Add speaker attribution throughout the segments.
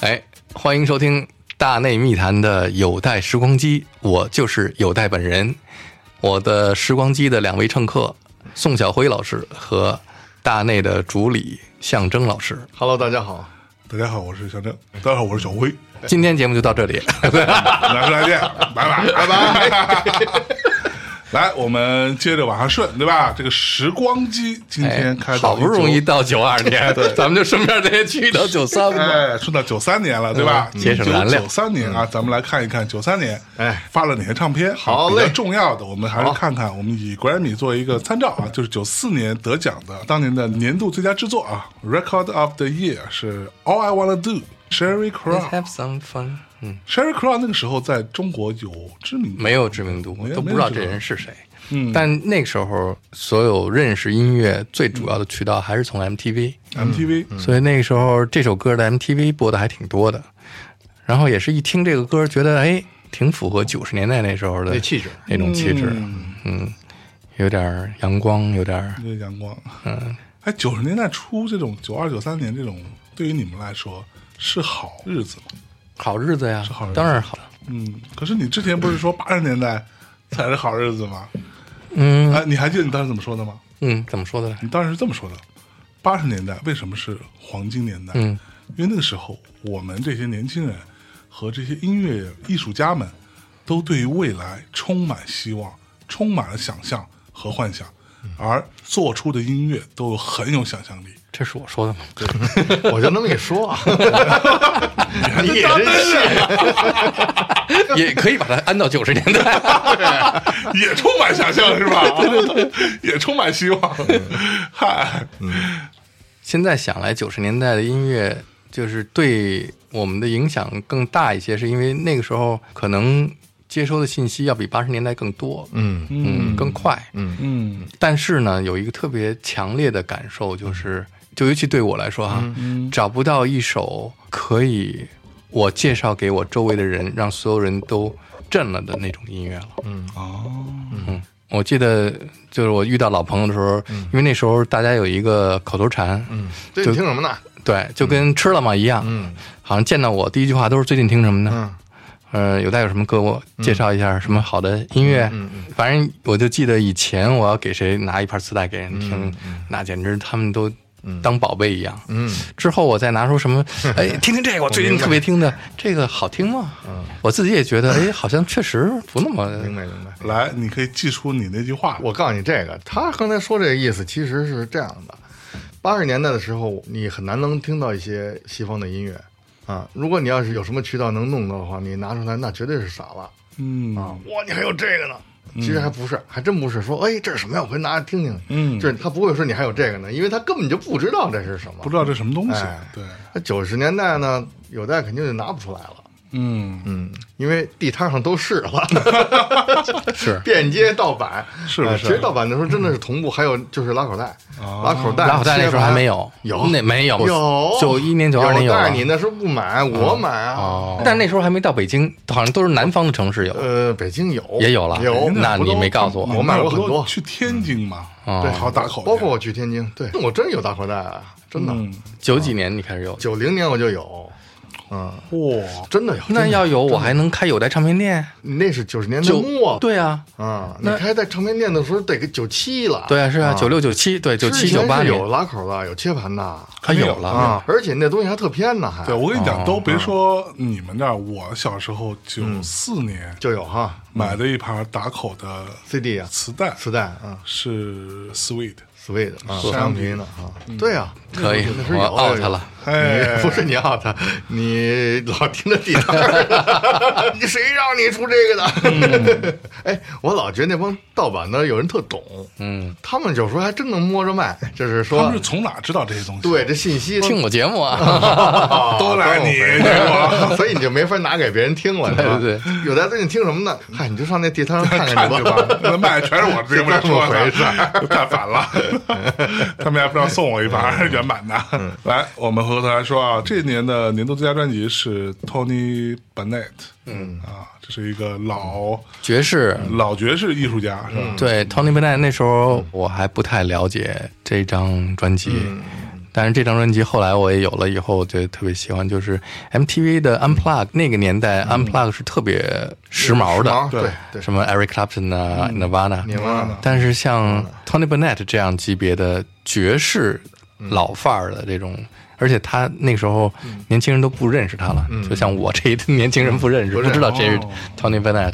Speaker 1: 哎欢迎收听《大内密谈》的有待时光机，我就是有待本人。我的时光机的两位乘客宋晓辉老师和大内的主理象征老师。
Speaker 2: Hello，大家好，
Speaker 3: 大家好，我是小郑。大家好，我是小辉。
Speaker 1: 今天节目就到这里，
Speaker 3: 来不来见？ 拜拜拜拜。来，我们接着往下顺，对吧？这个时光机今天开
Speaker 1: 哎
Speaker 3: 到
Speaker 1: 好
Speaker 3: 一
Speaker 1: 不
Speaker 3: 九
Speaker 1: 容易，到九二年，咱们就顺便再去到九三吧。
Speaker 3: 哎，顺到九三年了，对吧？
Speaker 1: 嗯节省燃料嗯
Speaker 3: 九三年啊，咱们来看一看九三年，
Speaker 2: 哎，
Speaker 3: 发了哪些唱片？
Speaker 2: 好
Speaker 3: 比较
Speaker 2: 嘞
Speaker 3: 重要的我们还是看看，我们以格莱美作为一个参照
Speaker 1: 嗯
Speaker 3: 啊，就是九四年得奖的当年的年度最佳制作啊，Record of the Year 是 All I Wanna Do，Sherry Crow。
Speaker 1: Have some fun，嗯，
Speaker 3: Sherry Crow 那个时候在中国有知名度，
Speaker 1: 没有知名度，我
Speaker 3: 有
Speaker 1: 都不知道
Speaker 3: 没有知
Speaker 1: 这
Speaker 3: 名度
Speaker 1: 人是谁。嗯，但那个时候所有认识音乐最主要的渠道还是从 MTV。
Speaker 3: MTV，
Speaker 1: 所以那个时候这首歌的 MTV 播的还挺多的，然后也是一听这个歌，觉得哎，挺符合九十年代那时候的
Speaker 2: 那 气质
Speaker 1: 那种气质，嗯有点儿阳光，有点儿
Speaker 3: 那个阳光。嗯，哎，九十年代初这种九二九三年这种，对于你们来说是好日子吗？
Speaker 1: 好日子呀，
Speaker 3: 好日子
Speaker 1: 当然好。
Speaker 3: 嗯，可是你之前不是说八十年代才是好日子吗？
Speaker 1: 嗯
Speaker 3: 哎，你还记得你当时怎么说的吗？
Speaker 1: 嗯，怎么说的来？
Speaker 3: 你当时是这么说的：八十年代为什么是黄金年代？
Speaker 1: 嗯，
Speaker 3: 因为那个时候我们这些年轻人和这些音乐艺术家们都对于未来充满希望，充满了想象和幻想，而做出的音乐都有很有想象力。
Speaker 1: 这是我说的吗？
Speaker 2: 我就那么一说啊， 你也真是
Speaker 1: 也可以把它安到九十年代。
Speaker 3: 也充满想象是吧？也充满希望。 嗨，
Speaker 1: 现在想来，九十年代的音乐就是对我们的影响更大一些，是因为那个时候可能接收的信息要比八十年代更多，
Speaker 2: 嗯
Speaker 1: 嗯，更快，
Speaker 2: 嗯
Speaker 3: 嗯
Speaker 1: 但是呢，有一个特别强烈的感受，就是，就尤其对我来说哈，找不到一首可以我介绍给我周围的人，让所有人都震了的那种音乐了。嗯
Speaker 3: 哦，
Speaker 1: 我记得就是我遇到老朋友的时候，因为那时候大家有一个口头禅，
Speaker 2: 嗯，对，你听什么呢？
Speaker 1: 对，就跟吃了嘛一样，
Speaker 2: 嗯
Speaker 1: 好像见到我第一句话都是最近听什么呢？
Speaker 2: 嗯
Speaker 1: 呃，有带有什么给我介绍一下什么好的音乐？
Speaker 2: 嗯嗯
Speaker 1: 反正我就记得以前我要给谁拿一盘磁带给人听，那简直他们都当宝贝一样。
Speaker 2: 嗯，
Speaker 1: 之后我再拿出什 么，哎，听听这个，我最近特别听的这个好听吗？嗯，我自己也觉得，哎，好像确实不那么
Speaker 2: 明白明白。
Speaker 3: 来，你可以记出你那句话。
Speaker 2: 我告诉你，这个他刚才说这个意思其实是这样的：八十年代的时候，你很难能听到一些西方的音乐啊。如果你要是有什么渠道能弄到的话，你拿出来那绝对是傻了。
Speaker 3: 嗯
Speaker 2: 啊，哇，你还有这个呢？其实还不是，还真不是说，哎，这是什么呀？我回去拿着听听。
Speaker 3: 嗯
Speaker 2: 就是他不会说你还有这个呢，因为他根本就不知道这是什么。
Speaker 3: 不知道这什么东西
Speaker 2: 哎。
Speaker 3: 对，
Speaker 2: 那九十年代呢，有代肯定就拿不出来了，
Speaker 3: 嗯，
Speaker 2: 嗯，因为地摊上都是了，
Speaker 1: 是
Speaker 2: 遍街盗版，
Speaker 3: 是不是哦
Speaker 2: 啊其实盗版的时候真的是同步，还有就是拉口袋，拉口袋，
Speaker 1: 拉口袋那时候还没有，
Speaker 2: 切盘有
Speaker 1: 那没有，
Speaker 2: 有
Speaker 1: 九一年九二年有
Speaker 2: 但
Speaker 1: 了
Speaker 2: 是你那时候不买，我买啊，
Speaker 1: 哦，但那时候还没到北京，好像都是南方的城市有。
Speaker 2: 呃，北京有
Speaker 1: 也有了
Speaker 2: 有，
Speaker 1: 那你没告诉我
Speaker 2: 我买过很
Speaker 3: 不
Speaker 2: 多
Speaker 3: 都，去天津嘛，
Speaker 1: 嗯
Speaker 3: 对，
Speaker 1: 哦
Speaker 3: 好打口去，
Speaker 2: 包括我去天津，对，我真有大口袋啊，真的，
Speaker 3: 嗯，
Speaker 1: 九几年你开始有，
Speaker 2: 九零年我就有，嗯，
Speaker 3: 哇，
Speaker 2: 真的有，
Speaker 1: 那要有我还能开有带唱片店？
Speaker 2: 你那是九十年代
Speaker 1: 九
Speaker 2: 末，
Speaker 1: 对啊，
Speaker 2: 啊，你
Speaker 1: 那
Speaker 2: 开在唱片店的时候得个九七了，
Speaker 1: 对啊，是啊，九六九七，对，九
Speaker 2: 之
Speaker 1: 七
Speaker 2: 前
Speaker 1: 九
Speaker 2: 是
Speaker 1: 八
Speaker 2: 有
Speaker 1: 年
Speaker 2: 拉口的，有切盘的
Speaker 1: 还有了嗯
Speaker 2: 啊，而且那东西还特偏呢，还
Speaker 3: 对我跟
Speaker 2: 嗯
Speaker 3: 你讲，都别说你们这儿，我小时候九四年
Speaker 2: 就有哈
Speaker 3: 买的一盘打口的
Speaker 2: CD 啊，
Speaker 3: 磁带
Speaker 2: 磁带啊
Speaker 3: 是 Sweet，
Speaker 2: ，Sweet 啊，
Speaker 3: 山
Speaker 2: 山
Speaker 3: 皮
Speaker 2: 皮的啊，对啊，
Speaker 1: 嗯可以
Speaker 2: 那时，候
Speaker 1: 我
Speaker 2: 有
Speaker 1: out 了。。嗯
Speaker 3: 哎
Speaker 2: 你 不是你要他，你老盯着地摊 儿，你谁让你出这个的？ 哎，我老觉得那帮盗版的有人特懂，
Speaker 1: 嗯，
Speaker 2: 他们有时候还真能摸着卖，就是
Speaker 3: 他
Speaker 2: 说
Speaker 3: 们是从哪知道这些东西？
Speaker 2: 对，这信息
Speaker 1: 听我节目啊，
Speaker 3: 都赖你结
Speaker 2: 果，哦 所以你就没法拿给别人听了，是吧
Speaker 1: 对对
Speaker 2: 有的最近听什么呢？嗨，你就上那地摊上看看去
Speaker 3: 对
Speaker 2: 吧。
Speaker 3: 吧？ 那卖的全是我这么说
Speaker 2: 这么回事
Speaker 3: 的，太烦了。 他们还不让送我一
Speaker 2: 嗯
Speaker 3: 盘原版的。来，我们回头来说啊，这一年的年度最佳专辑是 Tony Bennett，嗯啊，这是一个老
Speaker 1: 爵士。
Speaker 3: 老爵士艺术家，
Speaker 1: 嗯
Speaker 3: 是吧？
Speaker 2: 嗯
Speaker 1: 对，Tony Bennett 那时候我还不太了解这张专辑，但是这张专辑后来我也有了以后，就特别喜欢，就是 MTV 的 Unplug 那个年代，Unplug 是特别时髦的，
Speaker 2: 毛嗯对对，
Speaker 1: 什么 Eric Clapton 啊、Nirvana，
Speaker 2: 你忘了
Speaker 1: 但是像 Tony Bennett 这样级别的爵士老范儿的这种，而且他那个时候年轻人都不认识他了，就像我这一代年轻人不认识，
Speaker 2: 不认
Speaker 1: 不
Speaker 2: 识
Speaker 1: 知道谁是
Speaker 3: 哦
Speaker 1: Tony Bennett，、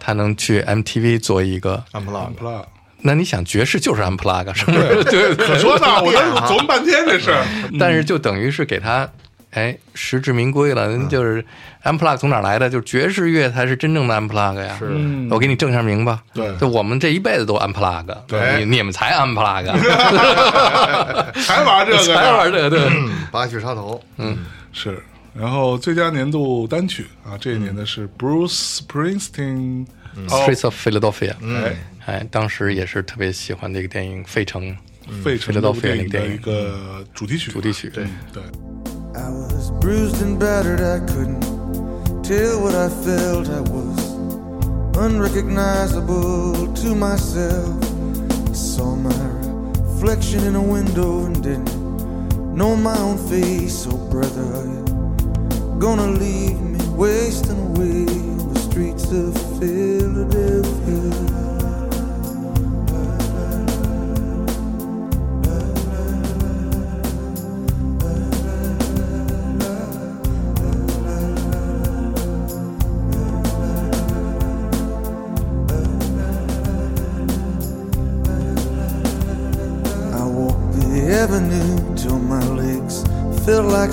Speaker 1: 他能去 MTV 做一个，
Speaker 2: unplug，
Speaker 3: Unplug
Speaker 1: 那你想爵士就是 unplug 啊是不是？对，嗯
Speaker 3: 可 说呢，我当时琢磨半天这事儿。
Speaker 1: 但是就等于是给他。哎，实至名归了，就是 unplug 从哪儿来的？就是爵士乐才是真正的 unplug 呀。
Speaker 2: 是
Speaker 3: 嗯
Speaker 1: 我给你证下名吧。
Speaker 3: 对
Speaker 1: 就我们这一辈子都 unplug，
Speaker 2: 对
Speaker 1: 你你们才 unplug，
Speaker 3: 还玩这个 呢，
Speaker 1: 才玩这个对。
Speaker 2: 嗯拔去插头，嗯，
Speaker 3: 是，然后最佳年度单曲啊，这一年的
Speaker 1: 嗯
Speaker 3: 是 Bruce Springsteen，哦，
Speaker 1: Streets of Philadelphia，
Speaker 3: 哎，
Speaker 1: 哎，当时也是特别喜欢这个电影《费城》。
Speaker 3: 费城这部电影
Speaker 1: Philadelphia 那
Speaker 3: 的
Speaker 1: 个
Speaker 3: 一个主题曲，
Speaker 1: 主题曲对
Speaker 3: 嗯对，
Speaker 4: I was bruised and battered, I couldn't tell what I felt. I was unrecognizable to myself. I saw my reflection in a window and didn't know my own face. Oh, brother, are you gonna leave me wasting away on the streets of Philadelphia? I walked the avenue till my legs felt like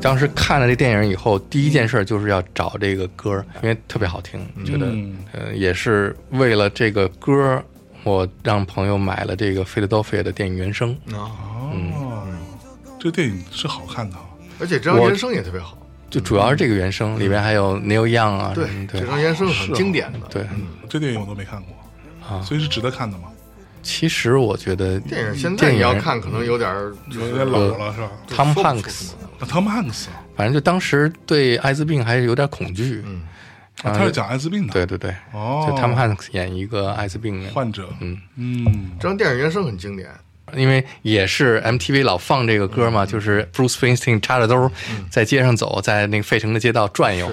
Speaker 1: 当时看了这电影以后，第一件事就是要找这个歌，因为特别好听，觉得呃也是为了这个歌，我让朋友买了这个《Philadelphia》的电影原声。
Speaker 2: 嗯
Speaker 1: 嗯
Speaker 3: 哦，这电影是好看的啊，
Speaker 2: 而且这张
Speaker 1: 我
Speaker 2: 原声也特别好，
Speaker 1: 就主要是这个原声，里面还有 Neil Young 啊，
Speaker 2: 嗯对
Speaker 1: 什么，的
Speaker 2: 这张原声很经典的，
Speaker 1: 对对。
Speaker 3: 这电影我都没看
Speaker 1: 啊
Speaker 3: 过，所以是值得看的嘛，
Speaker 1: 其实我觉得
Speaker 2: 电影现在
Speaker 1: 嗯电
Speaker 2: 你
Speaker 1: 影
Speaker 2: 要看，可能有点儿
Speaker 3: 有
Speaker 1: 呃
Speaker 3: 点老了是吧？
Speaker 1: Tom
Speaker 2: 说不出
Speaker 1: Hanks，
Speaker 2: 什么
Speaker 3: 那 Tom Hanks 啊
Speaker 1: 反正就当时对艾滋病还是有点恐惧。
Speaker 2: 嗯
Speaker 1: 然后
Speaker 3: 他
Speaker 1: 就是
Speaker 3: 讲艾滋病的，
Speaker 1: 啊对，对对，
Speaker 3: 哦
Speaker 1: 就 Tom Hanks 演一个艾滋病人，
Speaker 3: 患者，
Speaker 1: 嗯
Speaker 3: 嗯，
Speaker 2: 这张电影原声很经典，
Speaker 1: 因为也是 MTV 老放这个歌
Speaker 2: 嗯
Speaker 1: 嘛，就是 Bruce Springsteen 插着兜在街上走，在那个费城的街道转悠，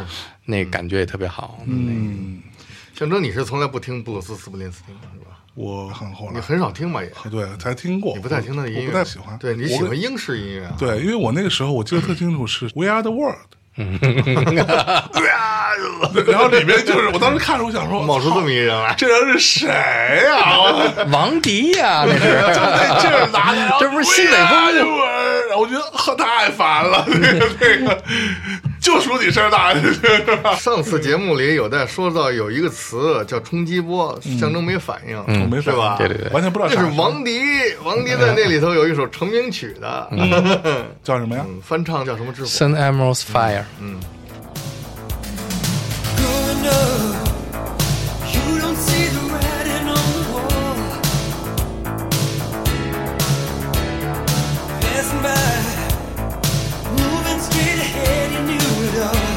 Speaker 1: 那感觉也特别好。
Speaker 3: 嗯，
Speaker 2: 象征你是从来不听布鲁斯·斯普林斯汀的是吧？
Speaker 3: 我很后
Speaker 2: 你
Speaker 3: 来，
Speaker 2: 很少听吧也？
Speaker 3: 对，才听过，
Speaker 2: 你不太听他的音乐，
Speaker 3: 嗯我不太喜欢，
Speaker 2: 对你
Speaker 3: 我
Speaker 2: 喜欢英式音乐啊？
Speaker 3: 对，因为我那个时候我记得特清楚是 We Are the World。对 然后里面就是我当时看着，我想说，
Speaker 2: 冒出这么一人啊来，
Speaker 3: 这人是谁呀、我
Speaker 1: 王迪呀，那是
Speaker 3: 在这儿拿着，
Speaker 1: 这不是西北风
Speaker 3: 吗？然后我觉得呵太烦 了，那个那个，就属你声儿大，是吧
Speaker 2: 上次节目里有在说到有一个词叫冲击波，象征没反应，
Speaker 3: 我哦没
Speaker 2: 是吧？
Speaker 1: 对对对
Speaker 3: 完嗯全不知道
Speaker 2: 那
Speaker 3: 啥嗯
Speaker 2: 是王迪，王迪在那里头有一首成名曲的，嗯
Speaker 3: 叫什么呀？
Speaker 2: 翻唱叫什么之火？
Speaker 1: Sun Emerald Fire，
Speaker 5: Growing up, you don't see the writing on the wall. Passing by, moving straight ahead, you knew it all.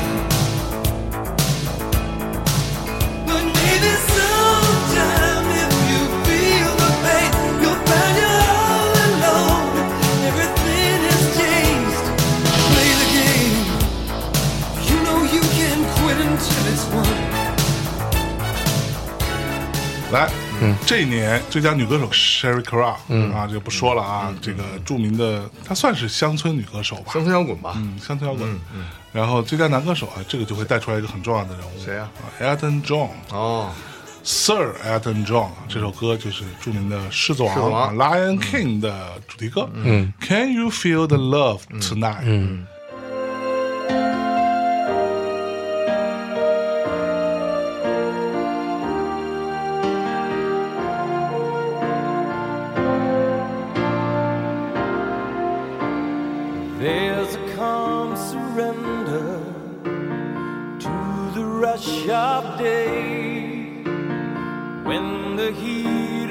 Speaker 5: But maybe sometime if you feel the pain, you'll find you're all alone. Everything has changed. Play the game. You know you can quit until it's won.
Speaker 3: 来，嗯，这一年最佳女歌手 Sherry Crow，嗯啊，就不说了啊，
Speaker 2: 嗯
Speaker 3: 这个著名的，她算是乡村女歌手吧，
Speaker 2: 乡村摇滚吧，
Speaker 3: 嗯，乡村摇滚。然后最佳男歌手啊，这个就会带出来一个很重要的人物，
Speaker 2: 谁啊
Speaker 3: ？Elton John。
Speaker 2: 哦，
Speaker 3: Sir Elton John 这首歌就是著名的《狮子王》
Speaker 2: 狮子王
Speaker 3: 啊 Lion King》的主题歌。嗯，Can you feel the love tonight？嗯，
Speaker 5: There's a calm surrender
Speaker 6: a sharp day when the heat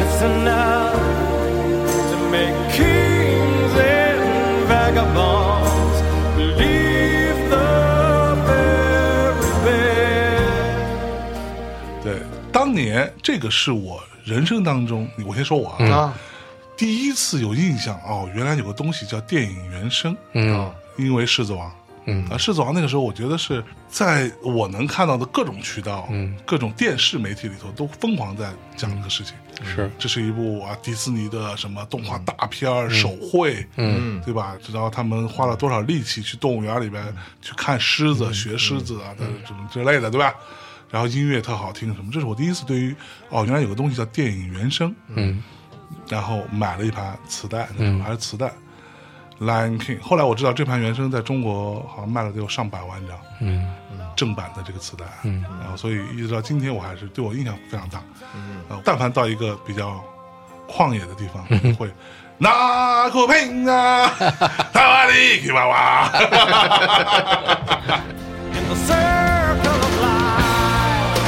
Speaker 6: It's enough to make kings and vagabonds believe the very best.
Speaker 3: 对，当年这个是我人生当中，我先说我啊，
Speaker 2: 啊，
Speaker 3: 第一次有印象哦，原来有个东西叫电影原声，啊
Speaker 1: 嗯
Speaker 3: 因为《狮子王》。嗯啊，《狮子王》那个时候，我觉得是在我能看到的各种渠道、嗯、各种电视媒体里头，都疯狂在讲这个事情。
Speaker 1: 是
Speaker 3: 这嗯是一部啊，迪士尼的什么动画大片儿、手绘，嗯，对吧？然后他们花了多少力气去动物园里边去看狮子、学狮子啊，等什么之类的，对吧？然后音乐特好听，什么？这是我第一次对于哦，原来有个东西叫电影原声，
Speaker 1: 嗯，
Speaker 3: 然后买了一盘磁带，那时候还是磁带，Lion King。后来我知道这盘原声在中国好像卖了得有上百万张，嗯，正版的这个磁带，嗯，然后所以一直到今天，我还是对我印象非常大。嗯，但凡到一个比较旷野的地方，
Speaker 1: 嗯
Speaker 3: 会。那苦 拼啊，塔瓦里吉娃娃，
Speaker 6: in the circle of life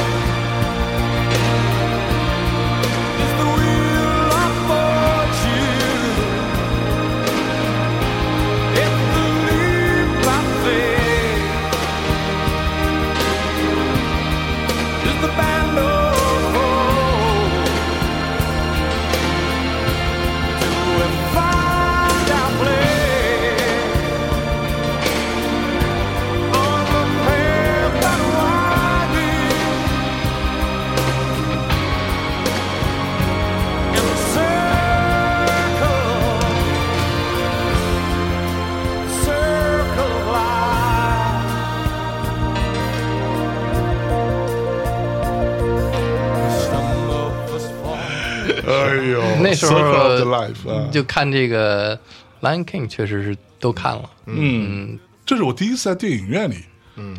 Speaker 6: is the wheel of fortune. It's the leap by faith is the band of hope to find our place. On the path that winds in the circle, circle of life, stumble was falling.
Speaker 3: 哎呦，
Speaker 1: 那时
Speaker 3: Circle of
Speaker 1: 候
Speaker 3: the life 啊
Speaker 1: 就看这个《Lion King》，确实是都看了
Speaker 3: 嗯，这是我第一次在电影院里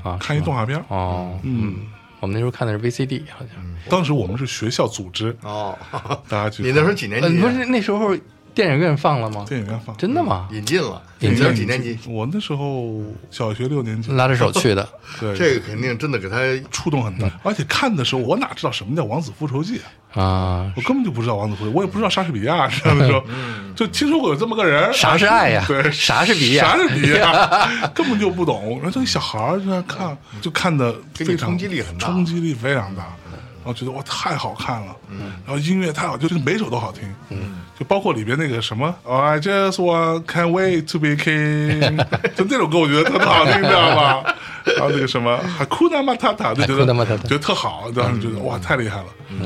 Speaker 1: 啊。
Speaker 3: 看一动画片儿，
Speaker 1: 哦，嗯，我们那时候看的是 VCD，好像。
Speaker 3: 当时我们是学校组织，
Speaker 2: 哦，
Speaker 3: 大家去
Speaker 2: 你那时候几年级
Speaker 3: 呃
Speaker 1: 嗯，
Speaker 2: 啊？
Speaker 1: 不是那时候电影院放了吗？
Speaker 3: 电影院放，
Speaker 1: 真的吗？
Speaker 2: 引进了，
Speaker 1: 引
Speaker 2: 你
Speaker 1: 进
Speaker 2: 那
Speaker 1: 了
Speaker 2: 是几年级？
Speaker 3: 嗯
Speaker 2: 嗯
Speaker 3: 我那时候小学六年级，
Speaker 1: 拉着手去 的，
Speaker 3: 对，
Speaker 2: 这个肯嗯定真的给他
Speaker 3: 触动很大。而且看的时候，我哪知道什么叫《王子复仇记》啊？
Speaker 1: 啊，
Speaker 3: 我根本就不知道《王子复仇记》，我也不知道莎士比亚，知道那时候
Speaker 2: 嗯
Speaker 3: 就听说过有这么 个人。
Speaker 1: 啥是爱呀
Speaker 3: 对，
Speaker 1: 啥是比呀
Speaker 3: 啥是比呀？根本就不懂。然后这个小孩儿就在看，就看的
Speaker 2: 给你
Speaker 3: 非常
Speaker 2: 嗯冲击力很大
Speaker 3: 冲击力非常大。然后觉得哇太好看了，然后音乐太好，就是每首都好听，就包括里边那个什么哦 I just want can't wait to be king，就那首歌我觉得特好听，你知道吧？然后那个什么 Hakuna Matata 就觉得
Speaker 1: Hakuna Matata
Speaker 3: 觉得特好，
Speaker 2: 嗯
Speaker 3: 当时觉得哇太厉害了，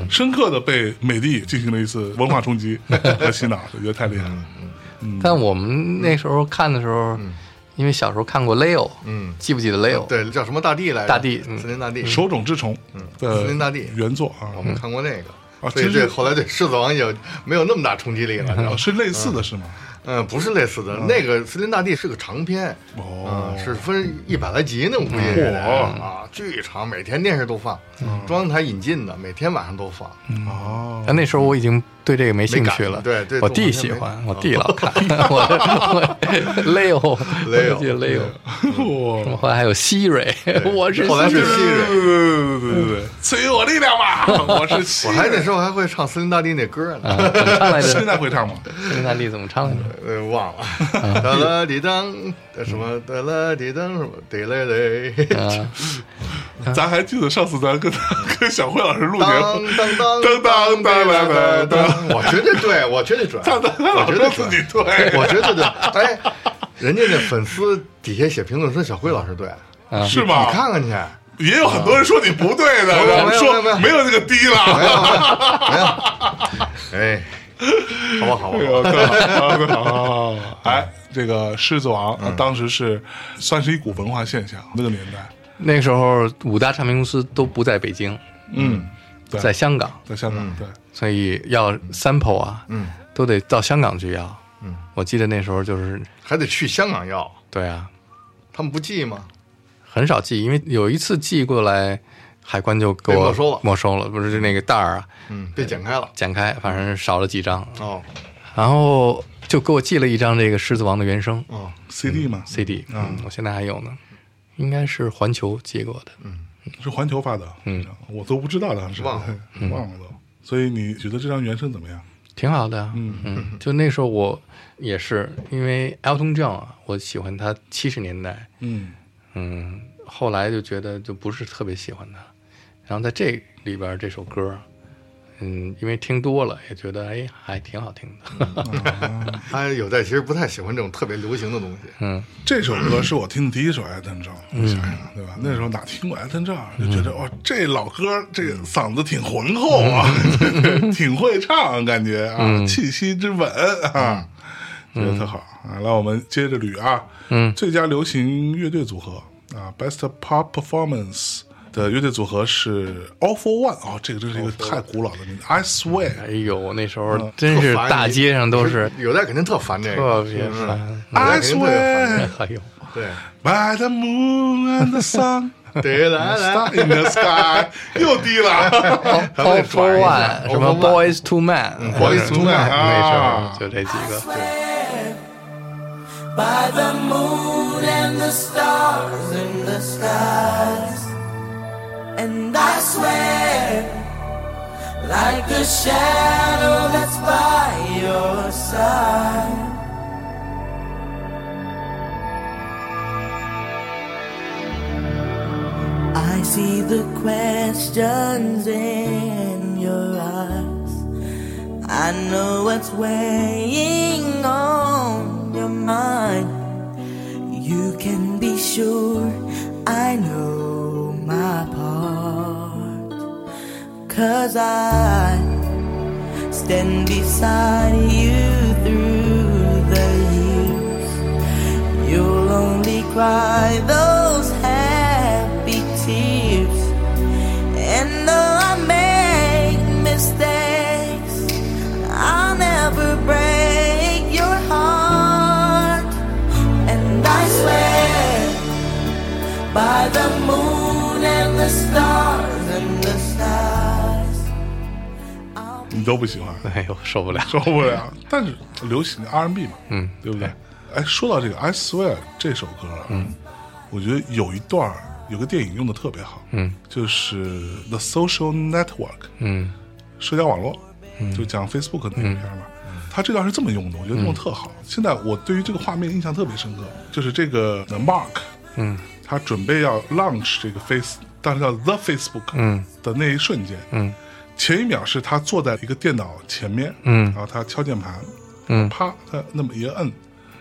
Speaker 3: 深刻的被美帝进行了一次文化冲 击和洗脑，我觉得太厉害了。
Speaker 2: 嗯
Speaker 1: 但我们那时候看的时候，因为小时候看过 Leo，
Speaker 2: 嗯
Speaker 1: 记不记得 Leo？，
Speaker 2: 对叫什么大地来着？
Speaker 1: 大地嗯
Speaker 2: 森林大地。
Speaker 3: 手冢治虫的
Speaker 2: 嗯森林大地嗯
Speaker 3: 原作啊
Speaker 2: 我，们看过那个
Speaker 3: 啊，
Speaker 2: 所以
Speaker 3: 其实
Speaker 2: 这后来对《狮子王》也没有那么大冲击力了。
Speaker 3: 哦是类似的是吗？
Speaker 2: 嗯，不是类似的，那个《森林大地》是个长篇，
Speaker 3: 哦嗯
Speaker 2: 嗯是分一百来集呢，我估计是
Speaker 3: 嚯
Speaker 2: 啊，巨长，每天电视都放，
Speaker 3: 嗯
Speaker 2: 中央台引进的，每天晚上都放，
Speaker 3: 哦，
Speaker 1: 但那时候我已经对这个没兴趣
Speaker 2: 没
Speaker 1: 了。
Speaker 2: 感对对
Speaker 1: 我弟
Speaker 2: 动画片
Speaker 1: 喜欢，
Speaker 2: 没
Speaker 1: 我
Speaker 2: 哦
Speaker 1: 弟老看， 我我雷欧，
Speaker 2: 雷欧
Speaker 1: 我记得雷欧，
Speaker 3: 我
Speaker 1: 后来还有希瑞，我是
Speaker 2: 后来
Speaker 1: 希
Speaker 2: 是
Speaker 1: 瑞
Speaker 2: 西
Speaker 3: 对
Speaker 2: 瑞，
Speaker 3: 对对对对，赐予我力量吧！我是七
Speaker 2: 我还那时候还会唱《森林大地》那歌呢，
Speaker 1: 啊怎么唱来着？
Speaker 3: 现在会唱吗？
Speaker 1: 森林大地怎么唱来着？
Speaker 3: 嗯
Speaker 2: 呃，忘了，哒啦滴当，什么哒啦滴当什么，滴嘞嘞，
Speaker 3: 嗯
Speaker 1: 啊，
Speaker 3: 咱还记得上次咱跟跟小慧老师录节
Speaker 2: 当
Speaker 3: 目，
Speaker 2: 当当
Speaker 3: 当当当当当当
Speaker 2: 我绝对对，我绝对准，
Speaker 3: 当当当
Speaker 2: 我绝对
Speaker 3: 老师
Speaker 2: 准
Speaker 3: 自己对
Speaker 2: 我绝对对。哎，人家那粉丝底下写评论说小辉老师
Speaker 3: 啊
Speaker 2: 对，
Speaker 3: 是
Speaker 2: 你
Speaker 3: 吗？
Speaker 2: 看看去，
Speaker 3: 也有很多人说你不对的，
Speaker 2: 有
Speaker 3: 然后
Speaker 2: 没有
Speaker 3: 说
Speaker 2: 没有
Speaker 3: 没有这个低
Speaker 2: 没 有
Speaker 3: 了。
Speaker 2: 没有，哎，好吧好吧
Speaker 3: 哎，呦对好对好好好哎，这个《狮子王》当时是算是一股文化现象，那个年代，
Speaker 1: 那个时候五大唱片公司都不在北京，
Speaker 3: 嗯，对
Speaker 1: 在香港，
Speaker 3: 在香港，对，
Speaker 1: 所以要 sample 啊，
Speaker 2: 嗯，
Speaker 1: 都得到香港去要。嗯，我记得那时候就是，
Speaker 2: 还得去香港要，
Speaker 1: 对啊，
Speaker 2: 他们不寄吗？
Speaker 1: 很少寄，因为有一次寄过来，海关就给我
Speaker 2: 被没收了
Speaker 1: 没收了，不是就那个袋儿啊，
Speaker 2: 嗯，被剪开了。
Speaker 1: 剪开，反正少了几张，
Speaker 2: 哦
Speaker 1: 然后就给我寄了一张这个《狮子王》的原声
Speaker 2: 哦，
Speaker 3: CD 嘛
Speaker 1: CD，嗯，我现在还有呢，应该是环球寄过的，
Speaker 3: 是环球发的，
Speaker 1: 嗯，
Speaker 3: 我都不知道当时
Speaker 2: 忘了，
Speaker 3: 忘了都。所以你觉得这张原声怎么样？
Speaker 1: 挺好的啊，
Speaker 3: 嗯
Speaker 1: 嗯，就那时候我也是因为 Elton John 啊，我喜欢他七十年代，
Speaker 3: 嗯，
Speaker 1: 嗯，后来就觉得就不是特别喜欢他，然后在这里边这首歌，嗯，因为听多了也觉得哎还挺好听的，
Speaker 2: 他有代其实不太喜欢这种特别流行的东西。
Speaker 1: 嗯，
Speaker 3: 这首歌是我听的第一首艾登照，你想想对吧？那时候哪听过艾登照，就觉得哇，这老歌这个嗓子挺浑厚啊， 挺会唱，感觉啊，气息之稳啊，觉得特好啊。来，我们接着捋啊，嗯，最佳流行乐队组合啊，Best Pop Performance。的乐队组合是 All for One 哦，这个真是一个太古老的名字。I swear，
Speaker 1: 哎呦那时候真是
Speaker 2: 特烦
Speaker 1: 大街上都是
Speaker 2: 有代肯定特烦这个，
Speaker 1: 特别烦，
Speaker 3: I
Speaker 2: 肯定特别烦
Speaker 3: swear
Speaker 1: 哎呦，
Speaker 2: 对，
Speaker 3: by the moon and the sun,
Speaker 2: 对来
Speaker 3: star
Speaker 2: 来，
Speaker 3: in the sky，又 低了。
Speaker 2: 咱
Speaker 1: All
Speaker 2: 们得转
Speaker 1: for
Speaker 2: 一下
Speaker 1: One，什么 Boys to Man，
Speaker 2: Boys to Man，
Speaker 1: 那
Speaker 3: 啊
Speaker 1: 时候就这几个，
Speaker 5: By the moon and the stars in the skies. And I swear, like the shadow that's by your side. I see the questions in your eyes. I know what's weighing on your mind. You can be sure I know my part. Cause I stand beside you through the years. You'll only cry those happy tears. And though I make mistakes, I'll never break your heart. And I swear by the moon and the stars and the stars.
Speaker 3: 你都不喜欢，
Speaker 1: 哎呦受不了，
Speaker 3: 受不了。 但是流行 R&B 嘛，嗯，对不对？哎，说到这个《I Swear》这首歌啊，嗯，我觉得有一段儿有个电影用的特别好，嗯，就是《The Social Network》，
Speaker 1: 嗯，
Speaker 3: 社交网络，就讲 Facebook 那一篇嘛。他这段是这么用的，我觉得用的特好。现在我对于这个画面印象特别深刻，就是这个呃 Mark，嗯，他准备要 launch 这个 Face，当时叫 The Facebook，嗯，的那一瞬间，嗯，前一秒是他坐在一个电脑前面，嗯，然后他敲键盘，嗯，啪，他那么一摁，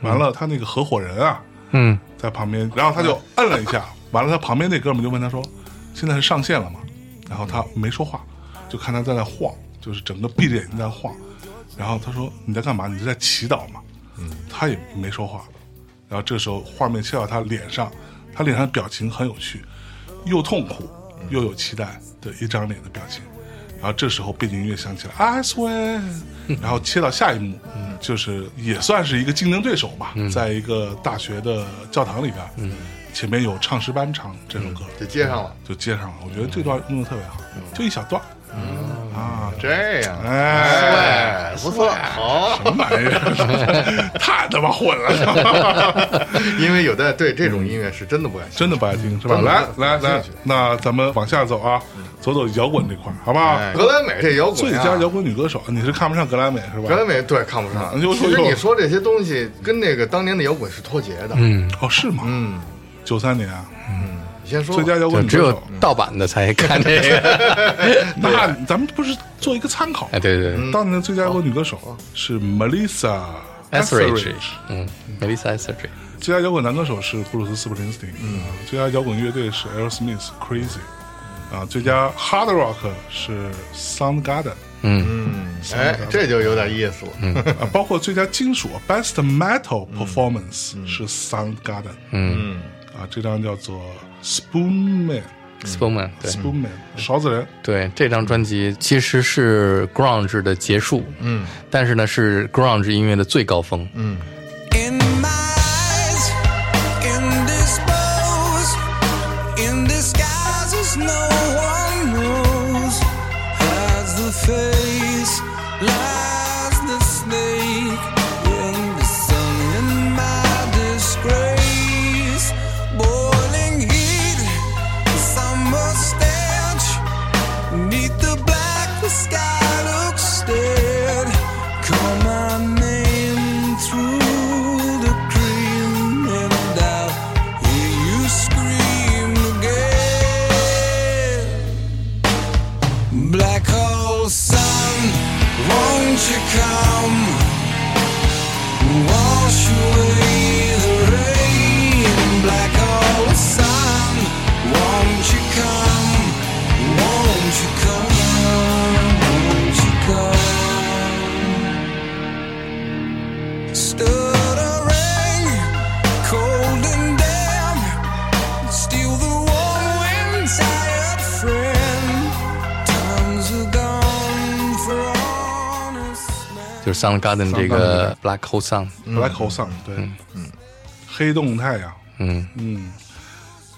Speaker 3: 完了他那个合伙人啊，
Speaker 1: 嗯，
Speaker 3: 在旁边，然后他就摁了一下，完了他旁边那哥们就问他说：“现在是上线了吗？”然后他没说话，就看他在那晃，就是整个闭着眼睛在晃。然后他说：“你在干嘛？你是在祈祷吗？”嗯，他也没说话。然后这时候画面切到他脸上，他脸上的表情很有趣，又痛苦又有期待的一张脸的表情。然后这时候背景音乐响起来，I swear，然后切到下一幕，嗯就是也算是一个竞争对手吧，在一个大学的教堂里边，前面有唱诗班唱这首歌，
Speaker 2: 就接上了。
Speaker 3: 就接上了。我觉得这段用的特别好，就一小段儿，啊，
Speaker 2: 这样，
Speaker 1: 嗯
Speaker 3: 哎，
Speaker 2: 哎，不错，好，
Speaker 3: 什么玩意儿，太他妈混了，
Speaker 2: 因为有的对这种音乐是真的不感兴趣，
Speaker 3: 真的不爱听是吧？
Speaker 2: 真的
Speaker 3: 来
Speaker 2: 不
Speaker 3: 来
Speaker 2: 感
Speaker 3: 来
Speaker 2: 兴趣，
Speaker 3: 那咱们往下走啊，走走摇滚这块儿，好不好？
Speaker 2: 哎格莱美这摇滚、啊，
Speaker 3: 最佳摇滚女歌手，你是看不上格莱美是吧？
Speaker 2: 格莱美对看不上
Speaker 3: 嗯又。
Speaker 2: 其实
Speaker 3: 又
Speaker 2: 你说这些东西跟那个当年的摇滚是脱节的。
Speaker 1: 嗯，
Speaker 3: 哦是吗？
Speaker 2: 嗯，
Speaker 3: 九三年啊，
Speaker 2: 你先说吧
Speaker 3: 最佳摇
Speaker 1: 就
Speaker 3: 滚女
Speaker 1: 只
Speaker 3: 歌
Speaker 1: 有
Speaker 3: 手，
Speaker 1: 盗版的才看这个。
Speaker 3: 那咱们不是做一个参考
Speaker 1: 哎，？对对对
Speaker 3: 当年的最佳摇滚女歌
Speaker 2: 嗯
Speaker 3: 手是 Melissa
Speaker 1: ，Etheridge，
Speaker 3: Etheridge
Speaker 1: 嗯，Melissa Etheridge，
Speaker 3: 最佳摇滚男歌手是布鲁斯·斯普林斯汀，嗯，最佳摇滚乐队是 Aerosmith Crazy，啊，最佳 Hard Rock 是 Soundgarden，
Speaker 1: 嗯
Speaker 2: 哎，这就有点意思了。
Speaker 3: 啊，包括最佳金属 Best Metal Performance 是 Soundgarden，
Speaker 1: 嗯
Speaker 3: 啊，这张叫做 Spoon Man，Spoon
Speaker 1: ，Spoman，对
Speaker 3: Man 勺子人，
Speaker 1: 对，这张专辑其实是 grunge 的结束，嗯，但是呢是 grunge 音乐的最高峰，嗯，
Speaker 4: In my eyes, indisposed, in disguises no one knows. Hides the face, lies the snake. In the sun, in my disgrace, boiling heat, summer stench. Neath the black, the sky looks dead. Call my name through the cream, and I'll hear you scream again. Black hole sun, won't you come? Wash away the rain. Black hole sun, won't you come? Won't you come? Won't you come? Stood a ring, cold and damp. Still the warm wind, tired friend. Times are gone for honest men.
Speaker 1: 就是 Soundgarden 这个 Black Hole Sun，
Speaker 3: Black Hole Sun，对，嗯，黑洞太阳，
Speaker 1: 嗯
Speaker 3: 嗯，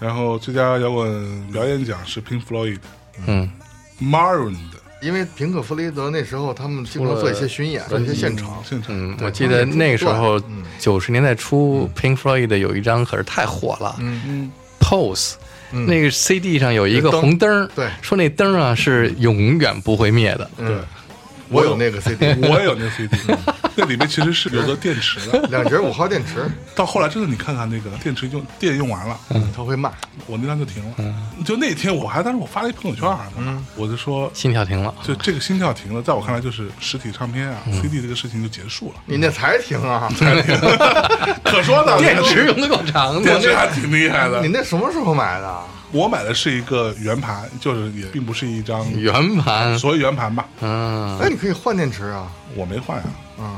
Speaker 3: 然后最佳摇滚表演奖是 Pink Floyd
Speaker 1: 嗯
Speaker 3: Maroon 的
Speaker 2: 因为平克·弗雷德那时候他们经常做一些巡演，做一些现场。
Speaker 3: 现场，
Speaker 1: 嗯，我记得那个时候九十年代初，Pink Floyd 有一张可是太火了，
Speaker 3: 嗯
Speaker 1: Pose。那个 CD 上有一个红灯儿，
Speaker 2: 对
Speaker 1: 说那灯儿啊是永远不会灭的，
Speaker 2: 对，我有那个 CD，
Speaker 3: 我也有那 CD，那里面其实是有个电池的。
Speaker 2: 两节五号电池，
Speaker 3: 到后来真的，你看看那个电池用电用 完了，
Speaker 2: 他会骂。
Speaker 3: 我那张就停了。就那天我还当时我发了一朋友圈啊，我就说，
Speaker 1: 心跳停了。
Speaker 3: 就这个心跳停了，在我看来就是实体唱片啊，CD 这个事情就结束了。
Speaker 2: 你那才停 啊！
Speaker 3: 可说呢，
Speaker 1: 电池用的够长
Speaker 3: 电池
Speaker 1: 的，
Speaker 3: 还挺厉害的
Speaker 2: 你。那什么时候买的？啊
Speaker 3: 我买的是一个圆盘，就是也并不是一张
Speaker 1: 圆盘，
Speaker 3: 所谓圆盘吧，
Speaker 1: 嗯，
Speaker 2: 哎，你可以换电池啊！
Speaker 3: 我没换啊，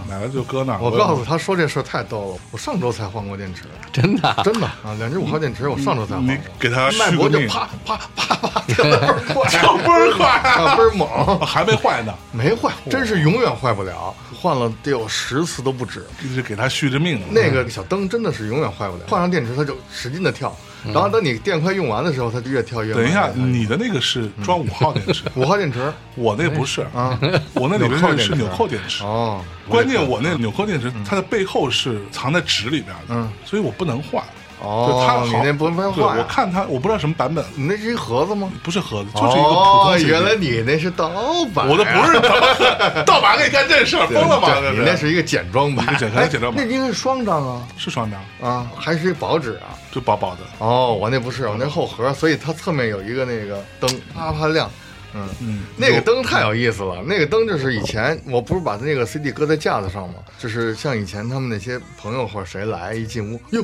Speaker 3: 买了就搁那儿。
Speaker 2: 我告诉他说这事儿太逗了，我上周才换过电池，
Speaker 1: 真的啊，
Speaker 2: 真的啊，两节五号电池我上周才换
Speaker 3: 你
Speaker 2: 过。
Speaker 3: 给他
Speaker 2: 脉
Speaker 3: 续
Speaker 2: 搏
Speaker 3: 个
Speaker 2: 就
Speaker 3: 命，
Speaker 2: 啪啪啪啪跳得倍儿
Speaker 3: 跳
Speaker 2: 快，
Speaker 3: 倍儿快，
Speaker 2: 啊倍儿 猛。
Speaker 3: 哦还没坏呢。
Speaker 2: 没坏，真是永远坏不了，换了得有十次都不止。
Speaker 3: 一直给他续着命。
Speaker 2: 那个小灯真的是永远坏不了，换上电池它就使劲的跳，然后等你电快用完的时候，它就越跳越慢。
Speaker 3: 嗯
Speaker 2: 哎
Speaker 3: 等一下，嗯你的那个是装五号电池，
Speaker 2: 五号电池
Speaker 3: 我那不是啊，我那里边是是纽扣电池。
Speaker 2: 哦，
Speaker 3: 关键我那纽扣电
Speaker 2: 嗯
Speaker 3: 池，它的背后是藏在纸里边的，所以我不能换。
Speaker 2: 哦
Speaker 3: 就它好
Speaker 2: 你那不能换啊
Speaker 3: 对，我看它，我不知道什么版本，嗯
Speaker 2: 你那是一盒子吗？
Speaker 3: 不是盒子，就是一个普通
Speaker 2: 哦，
Speaker 3: CD。
Speaker 2: 原来你那是盗版，
Speaker 3: 我的不是怎么盗版可以干这事儿，疯
Speaker 2: 对
Speaker 3: 了吗？
Speaker 2: 对你那是一个简装版，
Speaker 3: 一个简单简装版
Speaker 2: 哎那应该是双张啊
Speaker 3: 是双张，
Speaker 2: 啊，还是一薄纸啊。
Speaker 3: 就薄薄的。
Speaker 2: 哦，我那不是，我那后盒，所以它侧面有一个那个灯，啪啪亮。嗯
Speaker 3: 嗯，
Speaker 2: 那个灯太有意思了，那个灯就是以前我不是把那个 CD 搁在架子上吗？就是像以前他们那些朋友或者谁来一进屋，哟，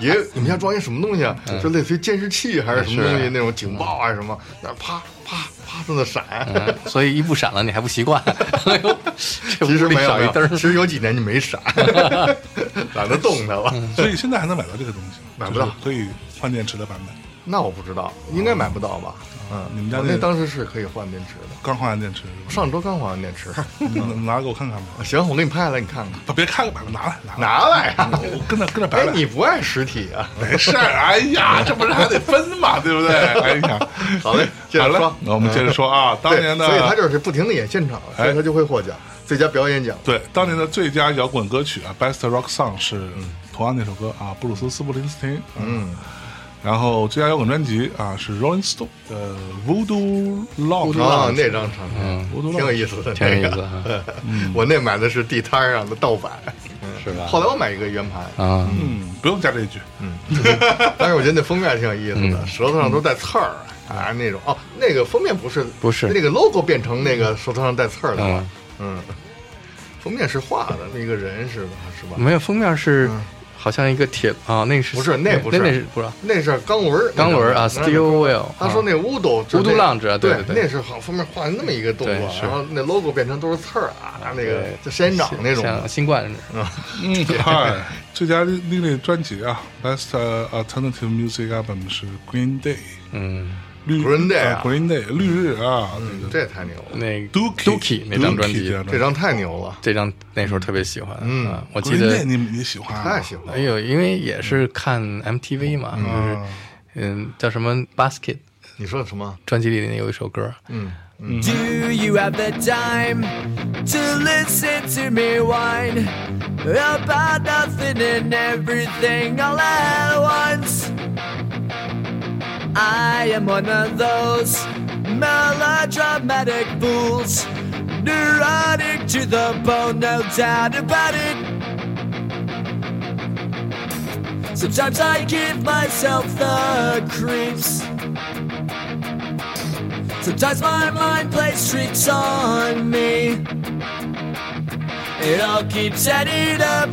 Speaker 2: 爷，你们家装一什么东西啊？就类似于监视器还是什么东西那种警报啊什么，那啪啪啪在那闪。
Speaker 1: 嗯所以一不闪了你还不习 惯。哎呦，这
Speaker 2: 其实
Speaker 1: 屋里
Speaker 2: 没有
Speaker 1: 少
Speaker 2: 没
Speaker 1: 一
Speaker 2: 有
Speaker 1: 灯儿，
Speaker 2: 其实有几年就没闪，懒得动它了。
Speaker 3: 所以现在还能买到这个东西，
Speaker 2: 买不到
Speaker 3: 就是可以换电池的版本。啊
Speaker 2: 那我不知道，应该买不到吧？嗯，
Speaker 3: 你们家
Speaker 2: 我
Speaker 3: 那
Speaker 2: 那
Speaker 3: 个
Speaker 2: 当时是可以换电池的，
Speaker 3: 刚换完电池是吧？
Speaker 2: 上周刚换完电池。
Speaker 3: 你能拿给我看看吗？
Speaker 2: 行，我给你拍下来，你看看。
Speaker 3: 别看了，买了，拿来，
Speaker 2: 拿
Speaker 3: 拿来。
Speaker 2: 来啊！
Speaker 3: 我跟着跟着白
Speaker 2: 哎
Speaker 3: 了，，
Speaker 2: 你不爱实体啊？
Speaker 3: 没事儿。 哎呀，这不是还得分 嘛，对不对？哎呀，
Speaker 2: 好嘞接着
Speaker 3: 好了
Speaker 2: 说嗯
Speaker 3: 那我们接着说啊，当
Speaker 2: 对，
Speaker 3: 年的
Speaker 2: 所以他就是不停的哎演现场，所以他就会获奖，最佳表演奖。
Speaker 3: 对，当年的最佳摇滚歌曲啊，Best Rock Song 是同样那首歌啊，布鲁斯·斯普林斯汀。嗯，然后最佳摇滚专辑啊是 Rolling Stone 的 Voodoo Lounge。
Speaker 2: 啊，那张唱片
Speaker 3: 嗯
Speaker 2: 挺有意思的，
Speaker 1: 挺有意思
Speaker 2: 那
Speaker 1: 啊
Speaker 2: 个。我那买的是地摊上的盗版，
Speaker 1: 嗯是吧？
Speaker 2: 后来我买一个圆 盘，
Speaker 1: 啊，
Speaker 3: 嗯，不用加这一句。
Speaker 2: 但是我觉得那封面挺有意思
Speaker 1: 嗯
Speaker 2: 的，舌头上都带刺儿啊那种。哦，那个封面不是
Speaker 1: 不是
Speaker 2: 那个 logo 变成那个舌头上带刺儿的了
Speaker 1: 嗯，
Speaker 2: 嗯，封面是画的，那个人是吧？是吧？
Speaker 1: 没有封面是好像一个铁啊，那是
Speaker 2: 嗯不是那不是
Speaker 1: 那是不是
Speaker 2: 那是钢轮儿，
Speaker 1: 钢轮儿啊
Speaker 2: 那是钢
Speaker 1: ？Steel 啊
Speaker 2: 轮儿
Speaker 1: Wheel，
Speaker 2: 他说那 Voodoo 就是
Speaker 1: Voodoo
Speaker 2: 那
Speaker 1: Lounge 啊对
Speaker 2: 对
Speaker 1: 对对
Speaker 2: 那是好封面画那么一个动作啊
Speaker 1: 对，是
Speaker 2: 然后那 logo 变成都是刺儿啊，那个就仙人掌那种的
Speaker 1: 像新冠似
Speaker 3: 嗯，嗨，最佳另类专辑啊，Best Alternative Music Album 是 Green Day。
Speaker 1: 嗯，
Speaker 3: 绿
Speaker 2: Green Day 啊嗯
Speaker 3: 啊 Green Day 绿日啊，这个
Speaker 2: 这也太牛了，
Speaker 1: 那
Speaker 3: Dookie
Speaker 1: Dookie 那张专
Speaker 3: Dookie
Speaker 1: 辑
Speaker 3: 这，张
Speaker 2: 这张太牛了，
Speaker 1: 这张那时候特别喜欢，
Speaker 2: 嗯
Speaker 1: 啊我记
Speaker 3: Green Day
Speaker 1: 得，
Speaker 3: 你们也喜欢啊？
Speaker 2: 太喜欢
Speaker 1: 哎
Speaker 2: 了。
Speaker 1: 呦，因为也是看 MTV 嘛，就是
Speaker 3: 啊
Speaker 1: 嗯，叫什么 Basket
Speaker 2: 你说什么？
Speaker 1: 专辑里有一首歌，
Speaker 2: 嗯，
Speaker 5: Do you have the time to listen to me whine about nothing and everything all at once? I am one of those melodramatic fools, neurotic to the bone, no doubt about it. Sometimes I give myself the creeps. Sometimes my mind plays tricks on me. It all keeps adding up.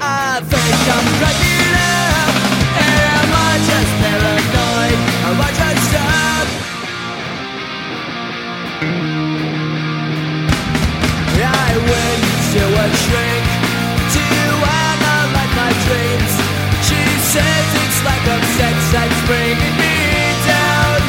Speaker 5: I think I'm cracking up. Am I just paranoid? Am I just up? I went to a shrink to analyze my dreams. She says it's like a sex that's bringing me down.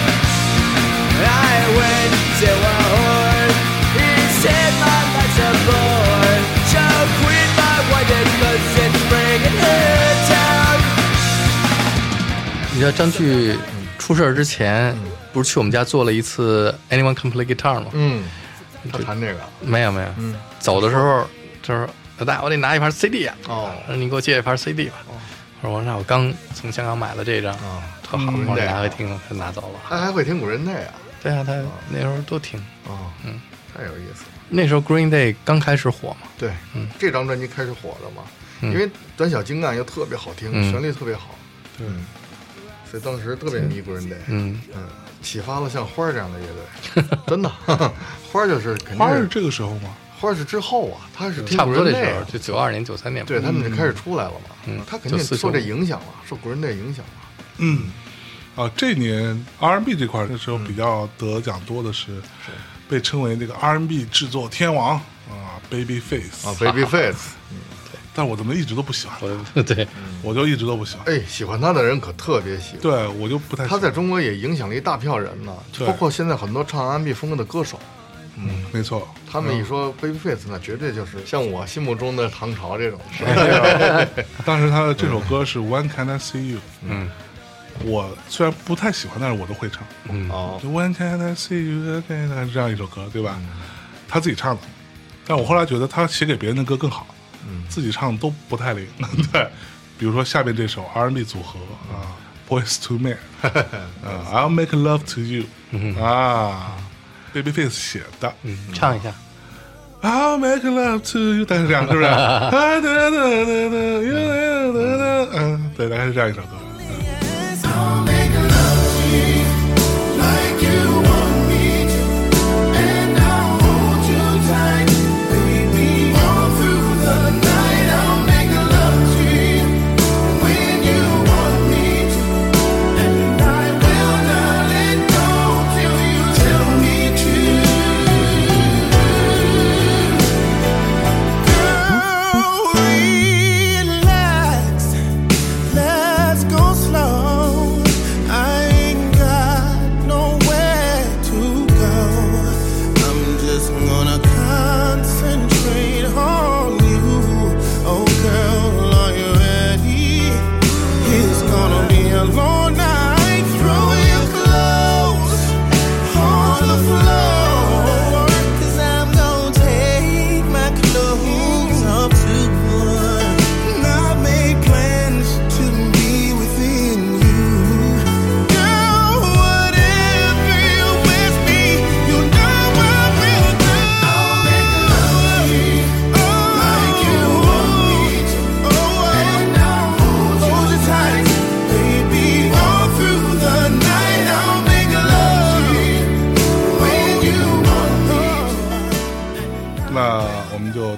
Speaker 5: I went to a whore. He said my life's a bore. So quit my wedding bus and bring it her down.
Speaker 1: 你知道张炬出事儿之前，不是去我们家做了一次 Anyone Can Play Guitar 吗？
Speaker 2: 嗯，他弹这个
Speaker 1: 没有没有，走的时候就是老大，我得拿一盘 CD 啊，
Speaker 2: 哦
Speaker 1: 说你给我借一盘 CD 吧。我说那我刚从香港买了这张，
Speaker 2: 啊，
Speaker 1: 特好，
Speaker 2: 嗯
Speaker 1: 我说拿回听，他拿走了。
Speaker 2: 他还会听古人内啊，
Speaker 1: 对啊，他那时候都听，
Speaker 2: 哦，嗯，太有意思了。
Speaker 1: 那时候 Green Day 刚开始火嘛，
Speaker 2: 对，这张专辑开始火了嘛，因为短小精干又特别好听，
Speaker 1: 嗯
Speaker 2: 旋律特别好，对，所以当时特别迷古人队，
Speaker 1: 嗯
Speaker 2: 嗯，启发了像花儿这样的 乐队，真的， 花儿就是肯定
Speaker 3: 花儿是
Speaker 2: 是
Speaker 3: 这个时候吗？
Speaker 2: 花儿是之后啊，他是听
Speaker 1: 差不多
Speaker 2: 古
Speaker 1: 这
Speaker 2: 人
Speaker 1: 时
Speaker 2: 队
Speaker 1: 候，就九二年、九三年吧。
Speaker 2: 啊对他们就开始出来了嘛，
Speaker 1: 嗯
Speaker 2: 他肯定
Speaker 1: 94
Speaker 2: 受这影响了，受古人队影响了，
Speaker 3: 嗯，啊，这年 R&B 这块儿那时
Speaker 2: 嗯
Speaker 3: 候比较得奖多的是，被称为那个 R&B 制作天王啊，Babyface
Speaker 2: 啊，Babyface，
Speaker 3: 但我怎么一直都不喜欢他，
Speaker 1: 我对，
Speaker 2: 嗯
Speaker 3: 我就一直都不喜欢。
Speaker 2: 哎，喜欢他的人可特别喜欢。
Speaker 3: 对我就不太喜
Speaker 2: 他
Speaker 3: 欢
Speaker 2: 在中国也影响了一大票人呢，就
Speaker 3: 对
Speaker 2: 包括现在很多唱 R&B 风格的歌手，
Speaker 3: 没错，
Speaker 2: 他们一
Speaker 1: 嗯
Speaker 2: 说 Babyface，那绝对就是像我心目中的唐朝 这种。
Speaker 3: 当时他的这首
Speaker 2: 嗯
Speaker 3: 歌是 When Can I See You，嗯，我虽然不太喜欢，但是我都会唱。
Speaker 2: 哦，
Speaker 3: 就 When Can I See You Again，它是这样一首歌，对吧？他自己唱的，但我后来觉得他写给别人的歌更好，自己唱的都不太灵。 对，比如说下面这首 R&B 组合啊，Boys to Men，啊，I'll Make Love to You，啊，Babyface 写的
Speaker 1: 嗯， 唱一下，
Speaker 3: ，I'll Make Love to You，但是这样是不是？啊哒哒哒哒哒哒哒，嗯，对，大概是这样一首歌。
Speaker 5: Relax, let's go slow. Oh, Oh, oh.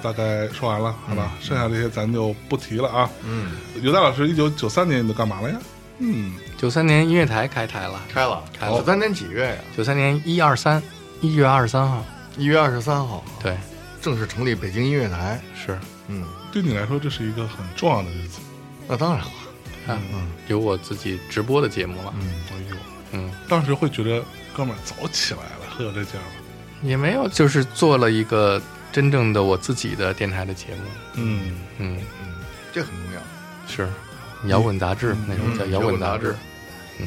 Speaker 3: 大概说完了，好吧，剩下这些咱就不提了啊。嗯，尤大老师，一九九三年你都干嘛了呀？嗯，
Speaker 1: 九三年音乐台开台了，
Speaker 2: 开了，
Speaker 1: 开了
Speaker 2: 九三年几月呀？
Speaker 1: 九三年一二三，一月二十三号，
Speaker 2: 一月二十三号，
Speaker 1: 对，
Speaker 2: 正式成立北京音乐台。
Speaker 1: 是
Speaker 2: 嗯，
Speaker 3: 对你来说这是一个很重要的日子。
Speaker 2: 那当然了，
Speaker 1: 啊，有我自己直播的节目了，
Speaker 3: 哎呦，
Speaker 1: 嗯，
Speaker 3: 当时会觉得哥们儿早起来了，会有这劲儿吗？
Speaker 1: 也没有，就是做了一个真正的我自己的电台的节目，
Speaker 3: 嗯，
Speaker 1: 嗯，
Speaker 2: 这很重要。
Speaker 1: 是摇滚杂志那种叫
Speaker 2: 嗯
Speaker 1: 嗯摇滚
Speaker 2: 摇滚杂
Speaker 1: 杂志
Speaker 2: 志，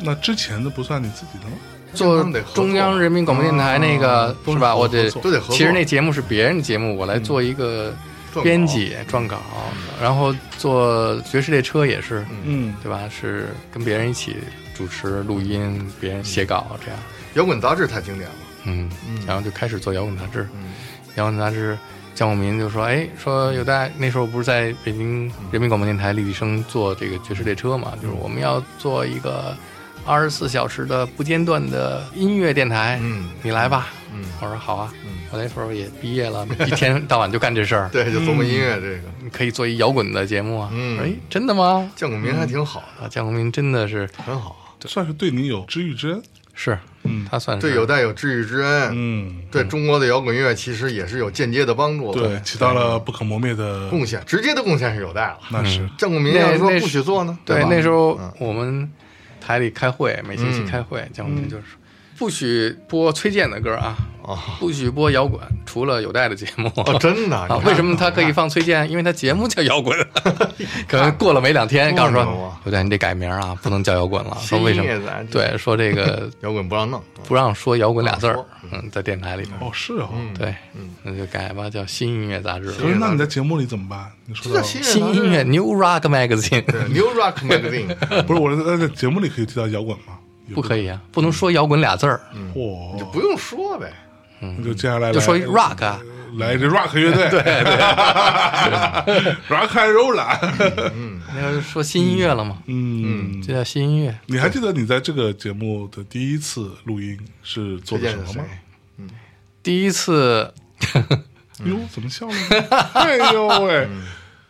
Speaker 3: 那之前的不算你自己的吗？
Speaker 1: 做
Speaker 2: 他们得合作
Speaker 1: 中央人民广播电台那个
Speaker 3: 都
Speaker 1: 是吧？
Speaker 3: 合
Speaker 1: 我得
Speaker 3: 合作
Speaker 2: 都得合作
Speaker 1: 其实那节目是别人的节目，我来做一个
Speaker 2: 撰稿
Speaker 1: 编辑撰稿，然后做爵士列车也是，
Speaker 3: 嗯，
Speaker 1: 对吧？是跟别人一起主持录音，别人写稿这样，
Speaker 2: 摇滚杂志太经典了，
Speaker 1: 嗯，然后就开始做摇滚杂志
Speaker 2: 嗯，
Speaker 1: 摇滚杂志。姜武民就说：“哎，说有在那时候不是在北京
Speaker 2: 嗯
Speaker 1: 人民广播电台立体声做这个爵士列车嘛，就是我们要做一个二十四小时的不间断的音乐电台，
Speaker 2: 嗯
Speaker 1: 你来吧。”
Speaker 2: 嗯
Speaker 1: 我说好啊。
Speaker 2: 嗯
Speaker 1: 我那时候也毕业 了，一天到晚就干这事儿。，
Speaker 2: 对，就琢磨音
Speaker 3: 嗯
Speaker 2: 乐这个。
Speaker 1: 你可以做一摇滚的节目啊。
Speaker 2: 嗯
Speaker 1: 哎，真的吗？
Speaker 2: 建国民还挺好的，
Speaker 1: 啊，姜国民真的是
Speaker 3: 嗯
Speaker 2: 很好，
Speaker 3: 算是对你有知遇之恩。
Speaker 1: 是，
Speaker 3: 嗯
Speaker 1: 他算是
Speaker 2: 对有带有治愈之恩，
Speaker 3: 嗯，
Speaker 2: 对中国的摇滚乐其实也是有间接的帮助的，
Speaker 3: 对，起到了不可磨灭的
Speaker 2: 贡献，直接的贡献是有带了。
Speaker 3: 那是
Speaker 2: 建国民
Speaker 1: 那
Speaker 2: 要是说
Speaker 1: 那
Speaker 2: 不许做呢？
Speaker 1: 对
Speaker 2: 吧
Speaker 1: 那时候
Speaker 2: 嗯
Speaker 1: 我们台里开会，每星期开会，姜国民就是说不许播崔健的歌啊，
Speaker 2: 哦
Speaker 1: 不许播摇滚，除了有带的节目。
Speaker 2: 哦，真 的
Speaker 1: 啊，为什么他可以？放崔健？因为他节目叫摇 滚，啊可能过了没两天，告诉
Speaker 2: 多牛
Speaker 1: 说
Speaker 2: 啊，
Speaker 1: 有带你得改名啊，不能叫摇滚了。说为什
Speaker 2: 新叶子啊
Speaker 1: 么？对，说这 个
Speaker 2: 摇滚不让弄，啊
Speaker 1: 不让说摇滚俩字
Speaker 2: 不
Speaker 1: 儿
Speaker 2: 让，
Speaker 1: 嗯，在电台里头，
Speaker 3: 哦，是哦。
Speaker 1: 对，
Speaker 2: 嗯
Speaker 1: 那就改吧，叫新音乐杂志了，
Speaker 3: 可是那你在节目里怎么办？你说
Speaker 2: 这叫
Speaker 3: 到
Speaker 2: 新
Speaker 1: 新音乐 New Rock Magazine，
Speaker 2: New Rock Magazine
Speaker 3: 不是我说在节目里可以提到摇滚吗？
Speaker 1: 不可以啊，不能说摇滚俩字儿，
Speaker 2: 嗯
Speaker 3: 嚯，
Speaker 2: 就不用说呗，
Speaker 3: 那就接下来
Speaker 1: 就说一
Speaker 3: 来
Speaker 1: rock 啊，
Speaker 3: 来这 rock 乐队，对对 ，rock and roll。
Speaker 1: 那要是说新音乐了嘛，
Speaker 3: 嗯，
Speaker 1: 这叫新音乐。
Speaker 3: 你还记得你在这个节目的第一次录音是做
Speaker 2: 推
Speaker 3: 的
Speaker 2: 荐
Speaker 3: 什
Speaker 2: 是
Speaker 3: 么
Speaker 2: 谁
Speaker 3: 吗？？
Speaker 1: 第一次
Speaker 3: 哟，怎么笑了呢？哎呦喂，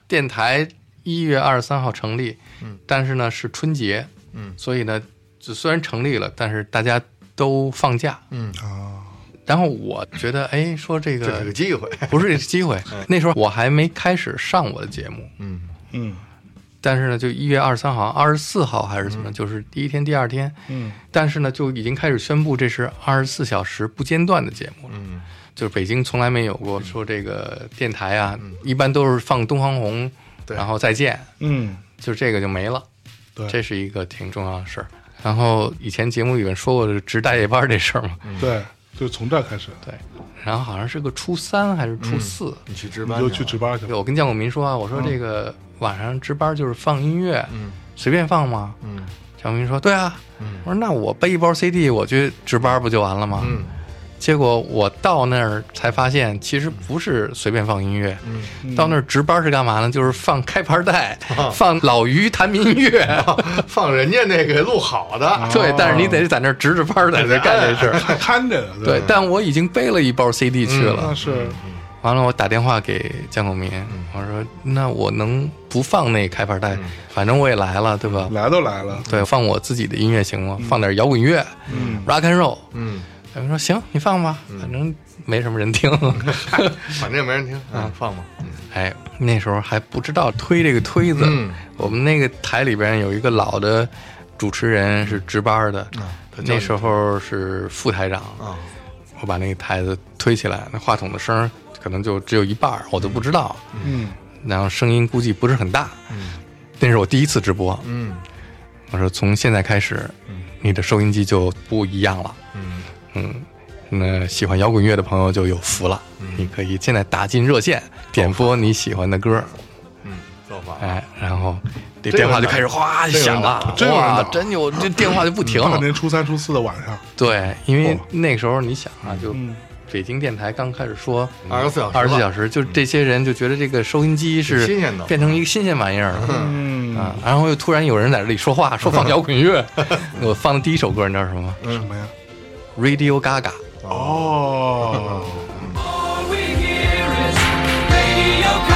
Speaker 1: 电台一月二十三号成立，
Speaker 2: 嗯
Speaker 1: 但是呢是春节，嗯，所以呢，就虽然成立了，但是大家都放假，嗯啊，然后我觉得，哎，说这
Speaker 2: 这是个
Speaker 1: 个
Speaker 2: 机会，
Speaker 1: 不是这机会，那时候我还没开始上我的节目，
Speaker 2: 嗯，
Speaker 3: 嗯
Speaker 1: 但是呢，就一月二十三号、二十四号还是怎么，就是第一天、第二天，
Speaker 3: 嗯，
Speaker 1: 但是呢，就已经开始宣布这是二十四小时不间断的节目了。
Speaker 2: 嗯，
Speaker 1: 就是北京从来没有过说这个电台啊，一般都是放东方红，
Speaker 2: 对
Speaker 1: 然后再见，
Speaker 3: 嗯，
Speaker 1: 就这个就没了。
Speaker 3: 对
Speaker 1: 这是一个挺重要的事儿。然后以前节目里面说过这值大夜班这事儿嘛，
Speaker 3: 对，就从这儿开始，
Speaker 1: 对。然后好像是个初三还是初四，
Speaker 2: 你去值
Speaker 3: 你
Speaker 2: 班
Speaker 3: 就去值
Speaker 2: 了，
Speaker 3: 班去了。
Speaker 1: 我跟姜国民说啊，我说这个晚上值班就是放音乐，
Speaker 2: 嗯
Speaker 1: 随便放吗？
Speaker 2: 嗯
Speaker 1: 小明说：“对啊。
Speaker 2: 嗯
Speaker 1: 我说：“那我背一包 CD，我去值班不就完了吗？”
Speaker 2: 嗯
Speaker 1: 结果我到那儿才发现，其实不是随便放音乐。
Speaker 2: 嗯，
Speaker 1: 到那儿值班是干嘛呢？就是放开盘带，
Speaker 2: 啊
Speaker 1: 放老于谈民乐。
Speaker 2: 放人家那个录好的，
Speaker 1: 对，但是你得在那儿值着班，在那儿干这事儿。
Speaker 3: 还看着呢，
Speaker 1: 对，
Speaker 3: 吧
Speaker 1: 但我已经背了一包 CD 去
Speaker 2: 嗯
Speaker 1: 了。
Speaker 3: 那是
Speaker 1: 完了，我打电话给江广民，我说：“那我能不放那开盘
Speaker 2: 嗯
Speaker 1: 带？反正我也来了，对吧？
Speaker 3: 来都来了，
Speaker 1: 对，放我自己的音乐行吗？放点摇滚乐、rock and roll。”
Speaker 2: 嗯，
Speaker 1: 他们说行，你放吧，反正没什么人 听。
Speaker 2: 反正也没人听，嗯，放吧，嗯
Speaker 1: 哎，那时候还不知道推这个推子，
Speaker 2: 嗯
Speaker 1: 我们那个台里边有一个老的主持人是值班的，
Speaker 2: 他叫
Speaker 1: 那
Speaker 2: 你
Speaker 1: 时候是副台长，
Speaker 2: 啊，
Speaker 1: 我把那个台子推起来，那话筒的声儿可能就只有一半儿，我都不知道，
Speaker 3: 嗯，
Speaker 1: 然后声音估计不是很大。
Speaker 2: 嗯
Speaker 1: 那是我第一次直播，
Speaker 2: 嗯
Speaker 1: 我说从现在开始，你的收音机就不一样了。
Speaker 2: 嗯，
Speaker 1: 嗯，那喜欢摇滚乐的朋友就有福了，
Speaker 2: 嗯
Speaker 1: 你可以现在打进热线，点播你喜欢的歌，
Speaker 2: 嗯，做法，
Speaker 1: 哎，然后这
Speaker 2: 这个
Speaker 1: 电话就开始哗就响了，
Speaker 3: 真有人打
Speaker 1: 哇，真有这电话就不停
Speaker 3: 大
Speaker 2: 嗯
Speaker 1: 了。
Speaker 3: 年初三、初四的晚上，
Speaker 1: 对，因为
Speaker 3: 哇
Speaker 1: 那时候你想啊，就
Speaker 3: 嗯
Speaker 1: 北京电台刚开始说
Speaker 2: 24小时
Speaker 1: 二十四
Speaker 2: 了
Speaker 1: 小时，就这些人就觉得这个收音机是
Speaker 2: 新鲜的
Speaker 1: 变成一个新鲜玩意儿了。
Speaker 3: 嗯，
Speaker 1: 啊，然后又突然有人在这里说话，说放摇滚乐。我放的第一首歌你知道是什么吗
Speaker 3: 什么呀？
Speaker 1: ？Radio Gaga。
Speaker 3: 哦，
Speaker 6: All we hear is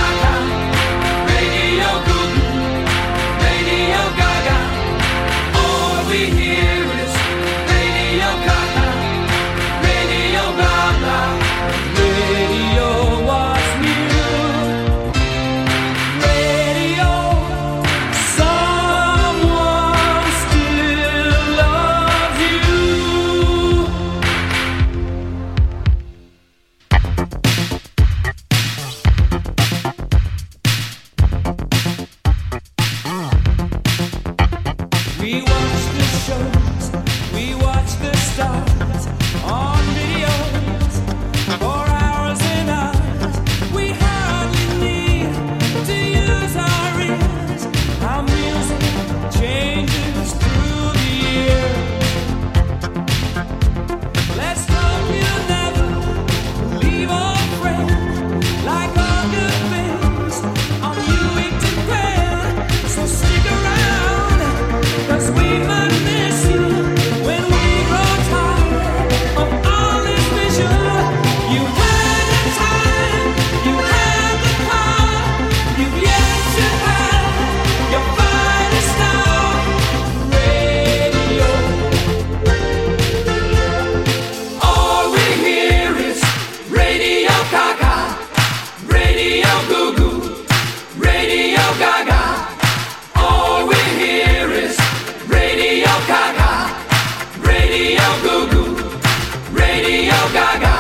Speaker 5: Radio Goo Goo, Radio Gaga.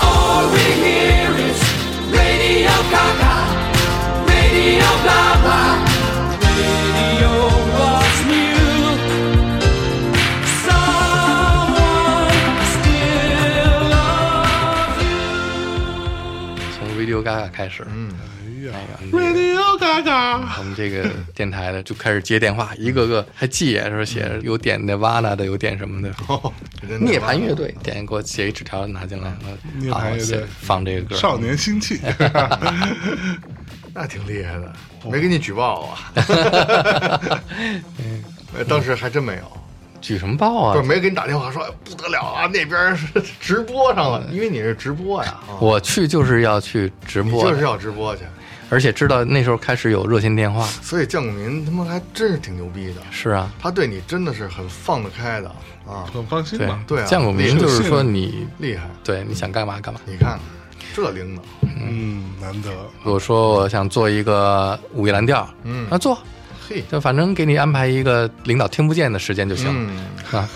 Speaker 5: All we hear is Radio Gaga, Radio blah blah. Radio was mute. Someone still loves you.
Speaker 1: 从 Radio Gaga 开始，嗯，
Speaker 3: 哎呀
Speaker 1: ，Radio
Speaker 3: Gaga
Speaker 1: 我们这个电台的就开始接电话，一个个还记也是写着有点那瓦娜的，有点什么的。
Speaker 2: 嗯哦
Speaker 1: 涅槃乐队点给我写一纸条拿进来，
Speaker 3: 涅
Speaker 1: 然
Speaker 3: 槃乐队
Speaker 1: 后啊写放这个歌。
Speaker 3: 少年心气，
Speaker 2: 那挺厉害的，
Speaker 1: 哦
Speaker 2: 没给你举 报啊？
Speaker 1: 嗯
Speaker 2: 哎当时还真没有，
Speaker 1: 举什么报啊
Speaker 2: 不是？没给你打电话说哎不得了啊，那边是直播上了，因为你是直播呀，啊
Speaker 1: 嗯我去就是要去直
Speaker 2: 你
Speaker 1: 播的，
Speaker 2: 就是要直播去，
Speaker 1: 而且知道那时候开始有热线电话。
Speaker 2: 所以江永民他妈还真是挺牛逼的，
Speaker 1: 是啊，
Speaker 2: 他对你真的是很放得开的
Speaker 1: 嗯
Speaker 2: 啊，
Speaker 3: 很放心
Speaker 1: 对
Speaker 3: 吧？
Speaker 2: 对啊
Speaker 1: 降谷明就是说你，
Speaker 2: 厉害！
Speaker 1: 对你想干嘛干嘛。
Speaker 2: 你看看这领导，
Speaker 3: 嗯，难得
Speaker 1: 我说我想做一个午夜蓝调，
Speaker 2: 嗯
Speaker 1: 那做，
Speaker 2: 嘿，
Speaker 1: 就反正给你安排一个领导听不见的时间就行了。
Speaker 2: 嗯，
Speaker 1: 啊，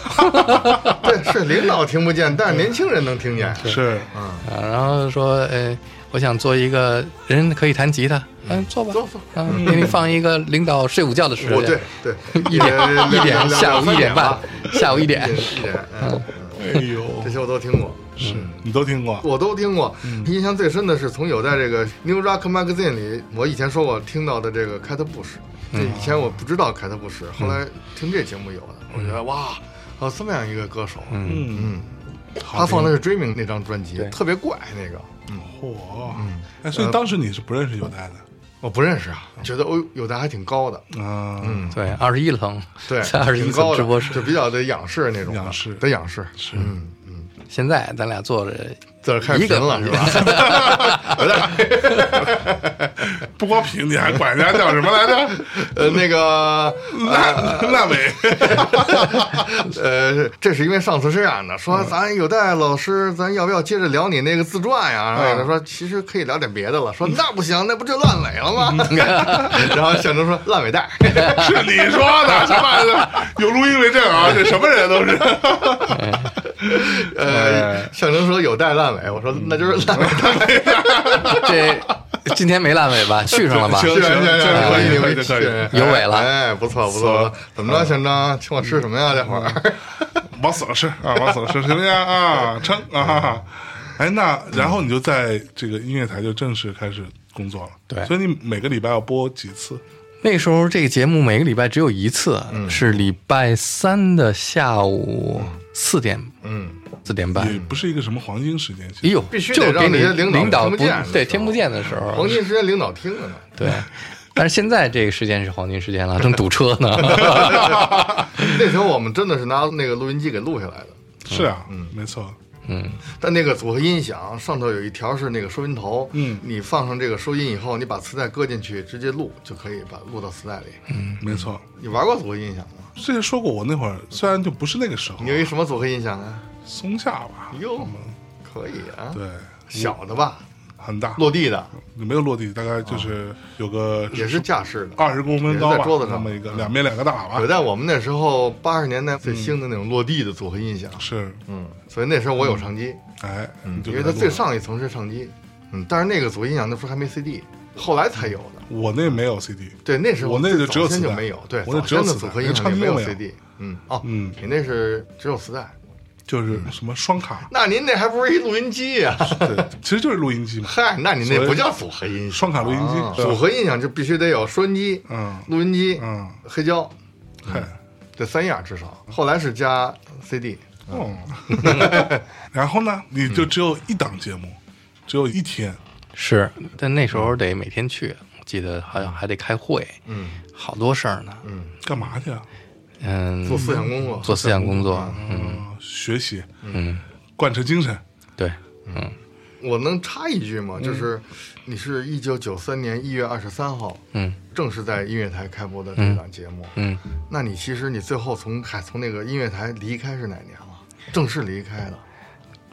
Speaker 2: 对，是领导听不见，但是年轻人能听见，
Speaker 3: 是
Speaker 1: 啊，然后说，呃，我想做一个人可以弹吉他，嗯，做吧，
Speaker 2: 做做
Speaker 1: 啊，给你放一个领导睡午觉的时间，
Speaker 2: 我对对，
Speaker 1: 一点一点，
Speaker 2: 两
Speaker 1: 下午一点半
Speaker 2: 吧，
Speaker 1: 下午一点
Speaker 2: 一，点一点，嗯
Speaker 3: 哎呦，
Speaker 2: 这些我都听过，
Speaker 3: 是你都听过？
Speaker 2: 我都听过。印象最深的是从有在这个 New Rock Magazine 里，我以前说过听到的这个凯特布什，这以前我不知道凯特布什，后来听这节目有的，我觉得哇，还有这么样一个歌手，
Speaker 3: 嗯，
Speaker 2: 他放的是《Dreaming》那张专辑
Speaker 1: 对，
Speaker 2: 特别怪那个，
Speaker 3: 嚯，哎，所以当时你是不认识犹太的
Speaker 2: 我不认识啊，觉得哦有的还挺高的，
Speaker 3: 啊？
Speaker 2: 嗯，
Speaker 1: 对，二十一层，
Speaker 2: 对，
Speaker 1: 在二十一
Speaker 2: 挺高
Speaker 1: 层
Speaker 2: 的
Speaker 1: 直播室
Speaker 2: 就。比较的仰视那种的，
Speaker 3: 仰视
Speaker 2: 得仰视，
Speaker 3: 是
Speaker 2: 嗯，
Speaker 1: 现在咱俩坐着，
Speaker 2: 这开始贫了是吧？
Speaker 3: 不光品，你还管人家叫什么来 着？
Speaker 2: 呃，那个
Speaker 3: 烂烂尾，
Speaker 2: 呃，这是因为上次是这样的，
Speaker 3: 嗯
Speaker 2: 说咱有戴老师，咱要不要接着聊你那个自传呀？然后
Speaker 3: 嗯
Speaker 2: 有人说其实可以聊点别的了，说那不行，那不就烂尾了吗？ 然后向征说烂尾带，
Speaker 3: 是你说的什么玩意儿？有录音为证啊！ 这什么人都是。哎
Speaker 2: 呃，向征说有带烂尾，我说那就是烂尾
Speaker 3: 嗯
Speaker 2: 带，
Speaker 1: 这今天没烂尾 吧？续上了吧？
Speaker 3: 行
Speaker 2: 是是是
Speaker 3: 行
Speaker 2: 可以
Speaker 3: 可以
Speaker 2: 可以
Speaker 3: 可以
Speaker 2: 是
Speaker 1: 有尾了
Speaker 2: 哎，不错不
Speaker 3: 死
Speaker 2: 错
Speaker 3: 了，
Speaker 2: 怎么着，向征请我吃什么呀？这会
Speaker 3: 嗯
Speaker 2: 儿
Speaker 3: 往死了吃啊，往死了吃，行不行啊？撑啊！哎，那然后你就在这个音乐台就正式开始工作了。
Speaker 1: 对
Speaker 3: 所以你每个礼拜要播几次？
Speaker 1: 那时候这个节目每个礼拜只有一次，
Speaker 2: 嗯
Speaker 1: 是礼拜三的下午四点，嗯，四点半。
Speaker 3: 也不是一个什么黄金时间。其
Speaker 1: 哎
Speaker 3: 实
Speaker 1: 呦，
Speaker 2: 必须
Speaker 1: 就
Speaker 2: 得
Speaker 1: 是给
Speaker 2: 让
Speaker 1: 你
Speaker 2: 那些领导
Speaker 1: 领导
Speaker 2: 听不见的时候
Speaker 1: 对听不见的时候
Speaker 2: 黄，金时间领导听着呢，
Speaker 1: 对。但是现在这个时间是黄金时间了，正堵车呢。
Speaker 2: 那时候我们真的是拿那个录音机给录下来的。
Speaker 3: 是啊，嗯，没错，
Speaker 2: 但那个组合音响上头有一条是那个收音头，
Speaker 3: 嗯
Speaker 2: 你放上这个收音以后，你把磁带搁进去，直接录就可以把录到磁带里。
Speaker 3: 没错。
Speaker 2: 你玩过组合音响吗？
Speaker 3: 之前说过，我那会儿虽然就不是那个时候
Speaker 2: 你，有一什么组合音响啊？
Speaker 3: 松下吧，
Speaker 2: 哟，可以啊，
Speaker 3: 对，
Speaker 2: 小的吧，
Speaker 3: 很大，
Speaker 2: 落地的，
Speaker 3: 没有落地，大概哦就是有个
Speaker 2: 也是架式的。
Speaker 3: 二十公分高
Speaker 2: 也是在
Speaker 3: 吧
Speaker 2: 桌，子
Speaker 3: 那
Speaker 2: 上
Speaker 3: 么一个，两边两个大吧
Speaker 2: 有，在我们那时候八十年代
Speaker 3: 嗯
Speaker 2: 最兴的那种落地的组合音响，
Speaker 3: 是，
Speaker 2: 嗯，所以那时候我有唱机，
Speaker 3: 哎，你就
Speaker 2: 嗯因
Speaker 3: 给
Speaker 2: 为它
Speaker 3: 录
Speaker 2: 最
Speaker 3: 了
Speaker 2: 上一层是唱机，嗯，但是那个组合音响那时候还没 CD，后来才有的。
Speaker 3: 我那没有 CD，
Speaker 2: 对，那时候
Speaker 3: 我那就只有
Speaker 2: 早先
Speaker 3: 磁带
Speaker 2: 就没有，对，
Speaker 3: 我那
Speaker 2: 早
Speaker 3: 只有
Speaker 2: 先的
Speaker 3: 磁
Speaker 2: 组
Speaker 3: 带
Speaker 2: 合
Speaker 3: 连
Speaker 2: 音响
Speaker 3: 唱
Speaker 2: 里
Speaker 3: 机
Speaker 2: 没
Speaker 3: 都
Speaker 2: 有
Speaker 3: 没有
Speaker 2: CD，嗯，哦，
Speaker 3: 嗯
Speaker 2: 你那是只有磁带，
Speaker 3: 就是
Speaker 2: 嗯
Speaker 3: 什么 双卡，
Speaker 2: 那您那还不是一录音机呀、
Speaker 3: 对，其实就是录音机嘛，
Speaker 2: 嗨，那你
Speaker 3: 所
Speaker 2: 那
Speaker 3: 以
Speaker 2: 不叫组合音响，
Speaker 3: 双卡录音机
Speaker 2: 啊
Speaker 3: 是吧
Speaker 2: 组合音响就必须得有收音机、
Speaker 3: 嗯
Speaker 2: 录音机、
Speaker 3: 嗯，
Speaker 2: 黑胶嗯
Speaker 3: 嘿，
Speaker 2: 这三样至少，后来是加 CD，
Speaker 3: 哦， 然后呢，你就只有一档节目，只有一天，
Speaker 1: 是，但那时候得每天去，我记得好像还得开会，
Speaker 2: 嗯，
Speaker 1: 好多事儿呢。
Speaker 3: 干嘛去啊？
Speaker 1: 嗯，
Speaker 2: 做思想工作，
Speaker 1: 做思想工作，嗯，
Speaker 3: 嗯，学习，嗯，贯彻精神，
Speaker 1: 对，
Speaker 2: 我能插一句吗？就是你是一九九三年一月二十三号，
Speaker 1: 嗯，
Speaker 2: 正式在音乐台开播的这档节目，
Speaker 1: 嗯，
Speaker 2: 那你其实你最后从凯从那个音乐台离开是哪年了？正式离开的，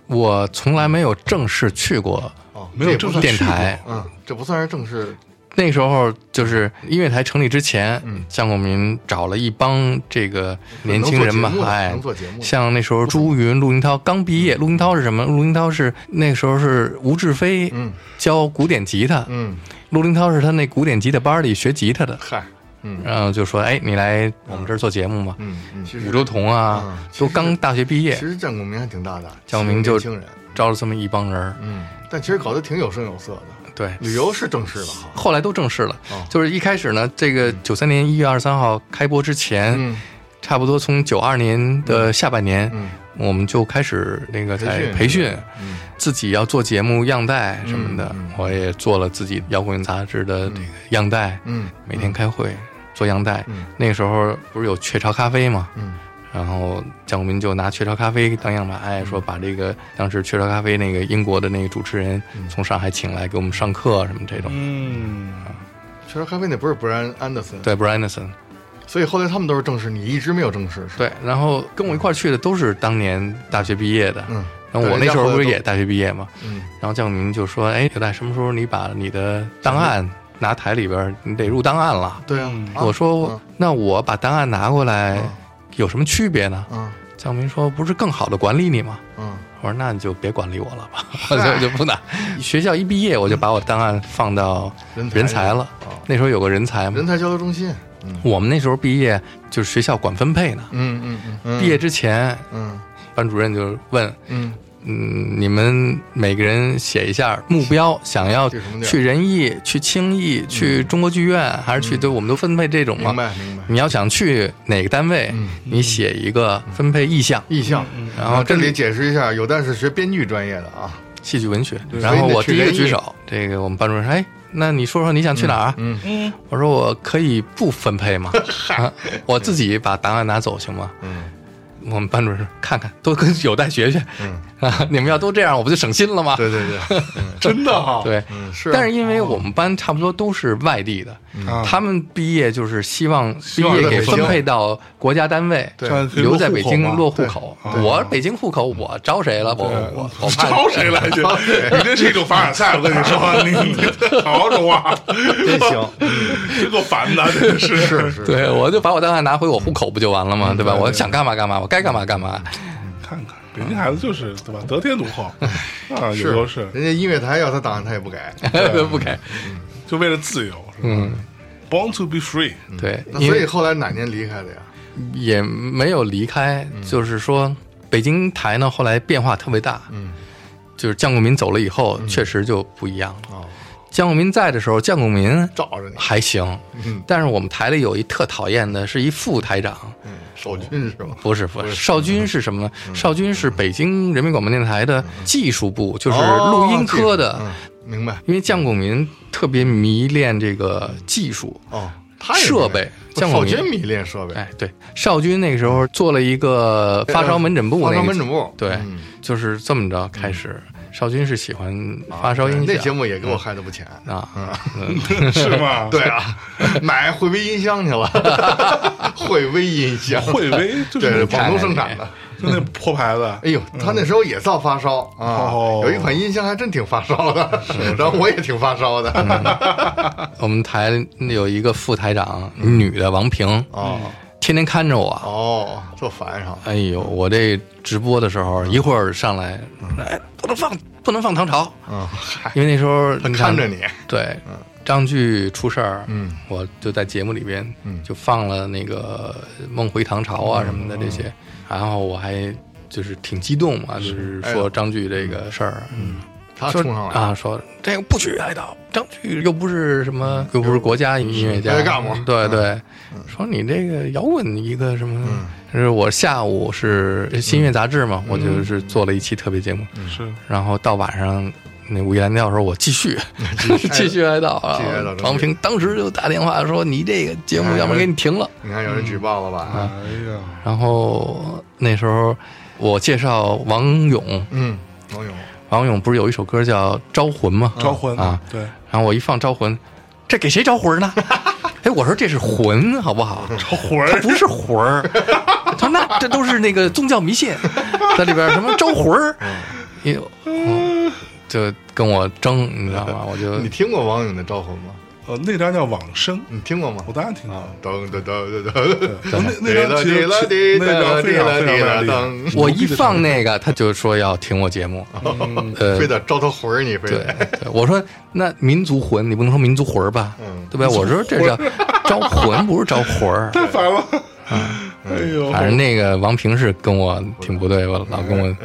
Speaker 1: 我从来没有正式去过
Speaker 2: 哦，
Speaker 3: 没有正式
Speaker 1: 电台
Speaker 2: 这不算，嗯，这不算是正式
Speaker 1: 那时候就是音乐台成立之前，
Speaker 2: 嗯
Speaker 1: 向国民找了一帮这个年轻人嘛
Speaker 2: 能做节目，的
Speaker 1: 哎
Speaker 2: 能做节目，的嗯
Speaker 1: 像那时候朱云、陆云涛刚毕业，陆云涛是什么？陆云涛是那时候是吴志飞
Speaker 2: 嗯
Speaker 1: 教古典吉他，
Speaker 2: 嗯，
Speaker 1: 陆云涛是他那古典吉他班里学吉他的，
Speaker 2: 嗨，嗯
Speaker 1: 然后就说：“哎，你来我们这儿做节目嘛。
Speaker 2: 嗯嗯，其”
Speaker 1: 武
Speaker 2: 实
Speaker 1: 周桐啊
Speaker 2: 嗯，其
Speaker 1: 都
Speaker 2: 实
Speaker 1: 刚大学毕业
Speaker 2: 其，实占国民还挺大的，
Speaker 1: 占国民就
Speaker 2: 年轻人，
Speaker 1: 招了这么一帮人儿，
Speaker 2: 嗯，但其实搞得挺有声有 色的。
Speaker 1: 对，
Speaker 2: 旅游是正式的哈，
Speaker 1: 后来都正式了
Speaker 2: 哦。
Speaker 1: 就是一开始呢，这个九三年一月二十三号开播之前，
Speaker 2: 嗯
Speaker 1: 差不多从九二年的下半年，
Speaker 2: 嗯
Speaker 1: 我们就开始那个在
Speaker 2: 培
Speaker 1: 培
Speaker 2: 训
Speaker 1: 训
Speaker 2: 嗯
Speaker 1: 自己要做节目样带什么的
Speaker 2: 嗯嗯。
Speaker 1: 我也做了自己摇滚杂志的这个样带，
Speaker 2: 嗯
Speaker 1: 每天开会做样带
Speaker 2: 嗯。
Speaker 1: 那个时候不是有雀巢咖啡吗？
Speaker 2: 嗯
Speaker 1: 然后蒋国民就拿雀巢咖啡当样板，哎，
Speaker 2: 嗯
Speaker 1: 说把这个当时雀巢咖啡那个英国的那个主持人
Speaker 2: 嗯
Speaker 1: 从上海请来给我们上课什么这种。
Speaker 3: 嗯，
Speaker 2: 确实咖啡那不是 Brian Anderson，，
Speaker 1: 对 b r i a n s o n
Speaker 2: 所以后来他们都是正式，你一直没有正式，是吧，
Speaker 1: 对，然后跟我一块儿去的都是当年大学毕业的，
Speaker 2: 嗯，
Speaker 1: 然后我
Speaker 2: 对
Speaker 1: 那时候不是，也
Speaker 2: 人家后来
Speaker 1: 大学毕业嘛，
Speaker 2: 都嗯，
Speaker 1: 然后蒋明就说：“哎，刘大，什么时候你把你的档案拿台里边儿，你得入档案了。
Speaker 2: 对啊，啊
Speaker 1: 我说：“那我把档案拿过来
Speaker 2: 嗯
Speaker 1: 有什么区别呢
Speaker 2: 嗯？”
Speaker 1: 蒋明说：“不是更好的管理你吗？”
Speaker 2: 嗯
Speaker 1: 我说那你就别管理我了吧， 我就就不拿。学校一毕业我就把我档案放到
Speaker 2: 人才
Speaker 1: 人才了
Speaker 2: 哦，
Speaker 1: 那时候有个人才
Speaker 2: 嗯，
Speaker 1: 嘛
Speaker 2: 人。才交流中心，嗯
Speaker 1: 我们那时候毕业就是学校管分配呢，
Speaker 2: 嗯嗯嗯嗯，
Speaker 1: 毕业之前
Speaker 2: 嗯
Speaker 1: 班主任就问，
Speaker 2: 嗯
Speaker 1: 嗯，你们每个人写一下目标，想要
Speaker 2: 去什么地儿嗯
Speaker 1: 去仁义、去清义、去中国剧院，还是去对我们都分配这种
Speaker 2: 明
Speaker 1: 嘛？
Speaker 2: 白嗯明白，
Speaker 1: 你要想去哪个单位，你写一个分配意向，
Speaker 2: 意向，
Speaker 1: 然后
Speaker 2: 嗯这
Speaker 1: 跟
Speaker 2: 里解释一下，有蛋是学编剧专业的啊，
Speaker 1: 戏剧文学。然后我第一个举手，这个我们班主任说：“哎，那你说说你想去哪儿啊？”
Speaker 2: 嗯
Speaker 1: 我说：“我可以不分配 吗？啊我自己把档案拿走行吗
Speaker 2: 嗯？”
Speaker 1: 我们班主任说：“看看，都跟有待学学
Speaker 2: 嗯，
Speaker 1: 啊！你们要都这样，我不就省心了吗？”
Speaker 2: 对对 对，
Speaker 3: 真的哈、
Speaker 1: 对，
Speaker 2: 嗯是啊，
Speaker 1: 但是因为我们班差不多都是外地的，
Speaker 3: 啊
Speaker 1: 他们毕业就是希望毕
Speaker 3: 希望
Speaker 1: 业
Speaker 3: 在
Speaker 1: 给
Speaker 3: 北京
Speaker 1: 分配到国家单位，
Speaker 2: 对
Speaker 3: 这样可以
Speaker 1: 留在北
Speaker 3: 户口
Speaker 1: 京
Speaker 3: 嘛
Speaker 1: 落户口。
Speaker 3: 对
Speaker 1: 我北京户口，我招谁了？我我我怕
Speaker 3: 招谁 来着？你这是一种凡尔赛，我跟你说，你你好好说话，
Speaker 2: 真行，
Speaker 3: 这够烦的，真的是
Speaker 2: 嗯是是，
Speaker 1: 对，我就把我档案拿回我户口不就完了吗？对吧？我想干嘛干嘛，我该干嘛干嘛。
Speaker 3: 看看北京孩子就是对吧？得天独厚
Speaker 2: 哎
Speaker 3: 啊，有时候是
Speaker 2: 人家音乐台要他档案他也 不改，
Speaker 1: 不给。
Speaker 3: 就为了自由，嗯，born to be free，
Speaker 1: 对，
Speaker 2: 那
Speaker 1: 因
Speaker 2: 所
Speaker 1: 为
Speaker 2: 以后来哪年离开的呀？
Speaker 1: 也没有离开，就是说北京台呢后来变化特别大，
Speaker 2: 嗯，
Speaker 1: 就是江国民走了以后，确实就不一样了。
Speaker 2: 哦，
Speaker 1: 江国民在的时候，江国民
Speaker 2: 罩着你，
Speaker 1: 还行，
Speaker 2: 嗯，
Speaker 1: 但是我们台里有一特讨厌的，是一副台长，
Speaker 2: 守嗯军是嗯吧？
Speaker 1: 不是不是，邵军是什么呢？邵军是北京人民广播电台的技术部，就是录音科的。
Speaker 2: 嗯哦技术嗯明白
Speaker 1: 因为江广民特别迷恋这个技术，
Speaker 2: 哦，他也
Speaker 1: 设备
Speaker 2: 不
Speaker 1: 像我
Speaker 2: 少
Speaker 1: 们
Speaker 2: 军迷恋设备，
Speaker 1: 哎，对，邵军那个时候做了一个发烧门诊部、那
Speaker 2: 发
Speaker 1: 个，
Speaker 2: 烧门诊部，
Speaker 1: 对，
Speaker 2: 嗯
Speaker 1: 就是这么着开始。邵军是喜欢发烧音响，
Speaker 2: 啊
Speaker 1: 嗯
Speaker 2: 那节目也给我害得不浅。
Speaker 1: 啊，
Speaker 3: 是吗？
Speaker 2: 对，啊，买惠威音箱去了， 惠威音箱，
Speaker 3: 惠威就
Speaker 2: 对
Speaker 3: 是
Speaker 2: 广东生产的。
Speaker 3: 就那破牌子，
Speaker 2: 哎呦，他那时候也造发烧啊
Speaker 3: 哦，
Speaker 2: 有一款音箱还真挺发烧的，然后我也挺发烧的。
Speaker 1: 我们台有一个副台长，女的王平，
Speaker 2: 嗯哦
Speaker 1: 天天看着我。
Speaker 2: 哦，这烦上了。
Speaker 1: 哎呦，我这直播的时候，
Speaker 2: 嗯
Speaker 1: 一会儿上来，哎，不能放，不能放唐朝，
Speaker 2: 嗯，嗨，
Speaker 1: 因为那时候
Speaker 2: 他
Speaker 1: 你看
Speaker 2: 看着你，
Speaker 1: 对，张炬出事儿，
Speaker 2: 嗯，
Speaker 1: 我就在节目里边，就放了那个《梦回唐朝》
Speaker 2: 嗯
Speaker 1: 啊什么的这些，然后我还就是挺激动嘛，就是
Speaker 2: 哎呦
Speaker 1: 说张炬这个事儿，嗯，
Speaker 2: 他
Speaker 1: 说
Speaker 2: 冲上来
Speaker 1: 啊，说这个不许爱岛，张炬又不是什么，
Speaker 2: 嗯
Speaker 1: 又不是国家音乐
Speaker 2: 他
Speaker 1: 家，
Speaker 2: 嗯是干部嗯
Speaker 1: 对对，说你这个摇滚一个什么。就是我下午是
Speaker 2: 嗯
Speaker 1: 新月杂志嘛，我就是做了一期特别节目，
Speaker 3: 是
Speaker 1: 然后到晚上那午夜蓝调的时候，我继续
Speaker 2: 嗯
Speaker 1: 继续哀悼啊
Speaker 2: 继续哀悼。
Speaker 1: 王平当时就打电话说：“你这个节
Speaker 2: 嗯
Speaker 1: 目要不然给你停了。
Speaker 2: 你看有人举报了
Speaker 3: 哎
Speaker 2: 吧？
Speaker 3: 呀，”
Speaker 1: 然后那时候我介绍王勇，
Speaker 2: 嗯，王勇，
Speaker 1: 王勇不是有一首歌叫《招魂》吗？
Speaker 3: 招魂
Speaker 1: 啊，
Speaker 3: 对，
Speaker 1: 然后我一放《招魂》，这给谁招魂呢？哎，我说这是魂，好不好？
Speaker 3: 招魂
Speaker 1: 它
Speaker 3: 儿，
Speaker 1: 不是魂 儿。他说那这都是那个宗教迷信，在里边儿什么招魂儿，也嗯有、嗯就跟我争，你知道吗？我就
Speaker 2: 你听过王勇的招魂吗？
Speaker 3: 呃，那张叫《往生》，
Speaker 2: 你听过吗
Speaker 3: 我？当然听过。
Speaker 2: 噔噔噔噔噔，
Speaker 3: 那那张其实
Speaker 2: 滴
Speaker 3: 那
Speaker 2: 答
Speaker 3: 张非
Speaker 2: 滴
Speaker 3: 常
Speaker 2: 答
Speaker 3: 非常非常
Speaker 2: 滴
Speaker 3: 厉
Speaker 2: 答
Speaker 3: 害
Speaker 2: 噔。
Speaker 1: 我一放那个，他就说要停我节 目。呃
Speaker 2: 非得招他魂儿，你非
Speaker 1: 对
Speaker 2: 得，
Speaker 1: 对我说那民族魂，你不能说民族魂儿吧？对吧？我说这叫招嗯魂，不是招魂 儿。
Speaker 3: 太烦了。
Speaker 2: 啊
Speaker 3: 哎
Speaker 2: 嗯
Speaker 3: 呦，
Speaker 1: 反正那个王平是跟我挺不对吧，老跟我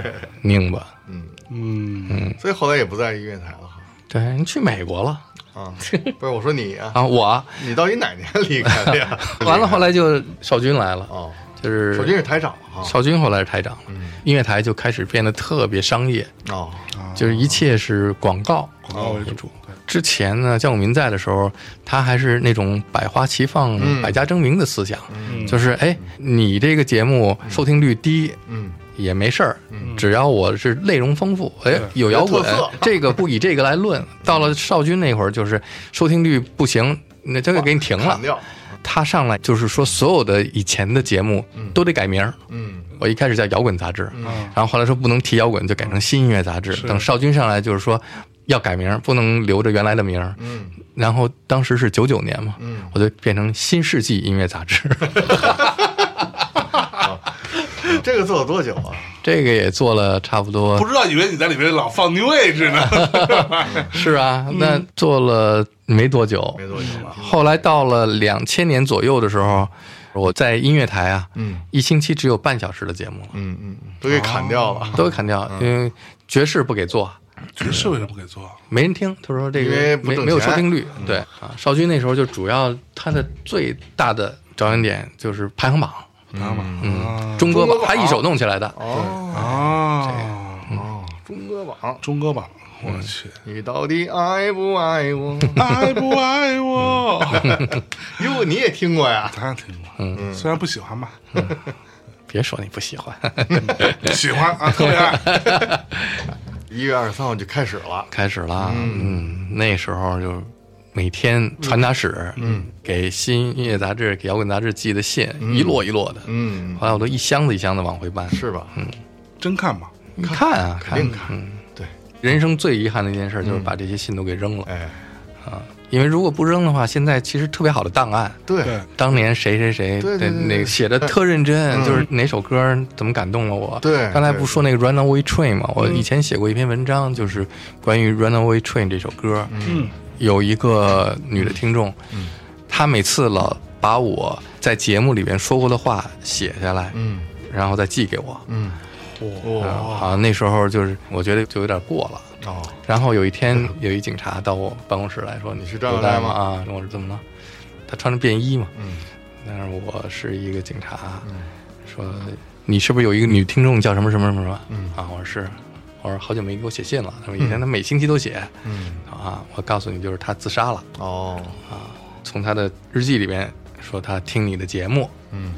Speaker 1: 拧巴。
Speaker 3: 嗯，
Speaker 2: 所以后来也不在音乐台了哈。
Speaker 1: 对，你去美国了
Speaker 2: 啊，不是我说你啊，
Speaker 1: 啊？我啊？
Speaker 2: 你到底哪年离开的呀
Speaker 1: 完了，后来就少军来了，
Speaker 2: 哦，
Speaker 1: 就是嗯
Speaker 2: 首先是台长啊，
Speaker 1: 少军后来是台长了，音乐台就开始变得特别商业，
Speaker 2: 哦，
Speaker 1: 就是一切是广告。
Speaker 3: 广告为主，
Speaker 2: 嗯
Speaker 3: 对
Speaker 1: 之前呢，江永民在的时候，他还是那种百花齐放、百家争鸣的思想，就是哎，你这个节目收听率低，
Speaker 2: 嗯，
Speaker 1: 也没事儿，只要我是内容丰富，哎，嗯有摇滚
Speaker 2: 有特色，
Speaker 1: 这个不以这个来论。到了少军那会儿，就是收听率不行，那这个给你停了
Speaker 2: 砍。掉，
Speaker 1: 他上来就是说，所有的以前的节目都得改名儿。
Speaker 2: 嗯，
Speaker 1: 我一开始叫摇滚杂志，
Speaker 2: 啊
Speaker 1: 然后后来说不能提摇滚，就改成新音乐杂志。等少军上来就是说要改名儿，不能留着原来的名儿。
Speaker 2: 嗯，
Speaker 1: 然后当时是九九年嘛，我就变成新世纪音乐杂志，
Speaker 2: 嗯这个做了多久啊？
Speaker 1: 这个也做了差不多
Speaker 3: 不知道以为你在里面老放 New Age 呢。
Speaker 1: 是啊，那做了没多久，
Speaker 2: 没多久啊吧？
Speaker 1: 后来到了两千年左右的时候，我在音乐台啊，
Speaker 2: 嗯
Speaker 1: 一星期只有半小时的节目了，
Speaker 2: 嗯嗯，嗯都给砍掉了，
Speaker 1: 都给砍掉，因为爵士不给做，
Speaker 3: 爵士为什么不给做？啊
Speaker 1: 没人听。他说这
Speaker 2: 因为
Speaker 1: 个
Speaker 2: 不
Speaker 1: 没
Speaker 2: 挣
Speaker 1: 没有
Speaker 2: 钱嗯
Speaker 1: 收听率，对啊。少军那时候就主要他的最大的着眼点就是排行榜，
Speaker 2: 嗯
Speaker 3: 拿嘛
Speaker 1: 中歌榜
Speaker 2: 中歌
Speaker 1: 他
Speaker 2: 榜
Speaker 1: 一手弄起来的，
Speaker 2: 哦
Speaker 3: 啊啊！
Speaker 2: 哦，中歌榜，
Speaker 3: 中歌榜，我去，
Speaker 2: 嗯你到底爱不爱 我？
Speaker 3: 爱不爱我？
Speaker 2: 哟，你也听过呀？
Speaker 3: 当然听过，
Speaker 2: 嗯
Speaker 3: 虽然不喜欢吧，
Speaker 1: 别说你不喜 欢，
Speaker 3: 喜欢啊，特别爱。
Speaker 2: 一月二十三号就开始了，
Speaker 1: 开始啦，嗯，那时候就每天传达室，嗯，给新音乐杂志、给摇滚杂志寄的信，一摞一摞的，
Speaker 2: 嗯，
Speaker 1: 后来我都一箱子一箱子往回搬。
Speaker 2: 是吧？
Speaker 3: 真看吧，
Speaker 1: 你看啊，
Speaker 2: 肯定
Speaker 1: 看，
Speaker 2: 看，对，嗯
Speaker 1: 人生最遗憾的一件事就是把这些信都给扔了，
Speaker 2: 哎，
Speaker 1: 因为如果不扔的话，现在其实特别好的档案。
Speaker 3: 对
Speaker 2: 对，
Speaker 1: 当年谁谁谁
Speaker 2: 对对对对嗯
Speaker 1: 那个写的特认 真，就是哪首歌怎么感动了我。
Speaker 2: 对
Speaker 1: 刚才
Speaker 2: 对
Speaker 1: 不说那个《Runaway Train》吗？我以前写过一篇文章，就是关于《Runaway Train》这首歌。
Speaker 3: 嗯，
Speaker 1: 有一个女的听众，
Speaker 2: 嗯
Speaker 1: 她每次老把我在节目里边说过的话写下来，
Speaker 2: 嗯
Speaker 1: 然后再寄给我。嗯
Speaker 2: 嗯，哇，
Speaker 1: 好像那时候就是我觉得就有点过了。
Speaker 2: 哦，
Speaker 1: 然后有一 天，有一警察到我办公室来说：“你
Speaker 2: 是
Speaker 1: 是
Speaker 2: 张
Speaker 1: 有
Speaker 2: 小戴
Speaker 1: 吗？”
Speaker 2: 吗
Speaker 1: 啊，我说怎么了？他穿着便衣嘛。
Speaker 2: 嗯。
Speaker 1: 但是我是一个警察，说你是不是有一个女听众叫什么什么什么什么？
Speaker 2: 嗯
Speaker 1: 啊，我说是，我说好久没给我写信了。他说以前他每星期都写，
Speaker 2: 嗯，
Speaker 1: 啊，我告诉你，就是他自杀了，啊
Speaker 2: 哦，
Speaker 1: 从他的日记里边说他听你的节目。
Speaker 2: 嗯，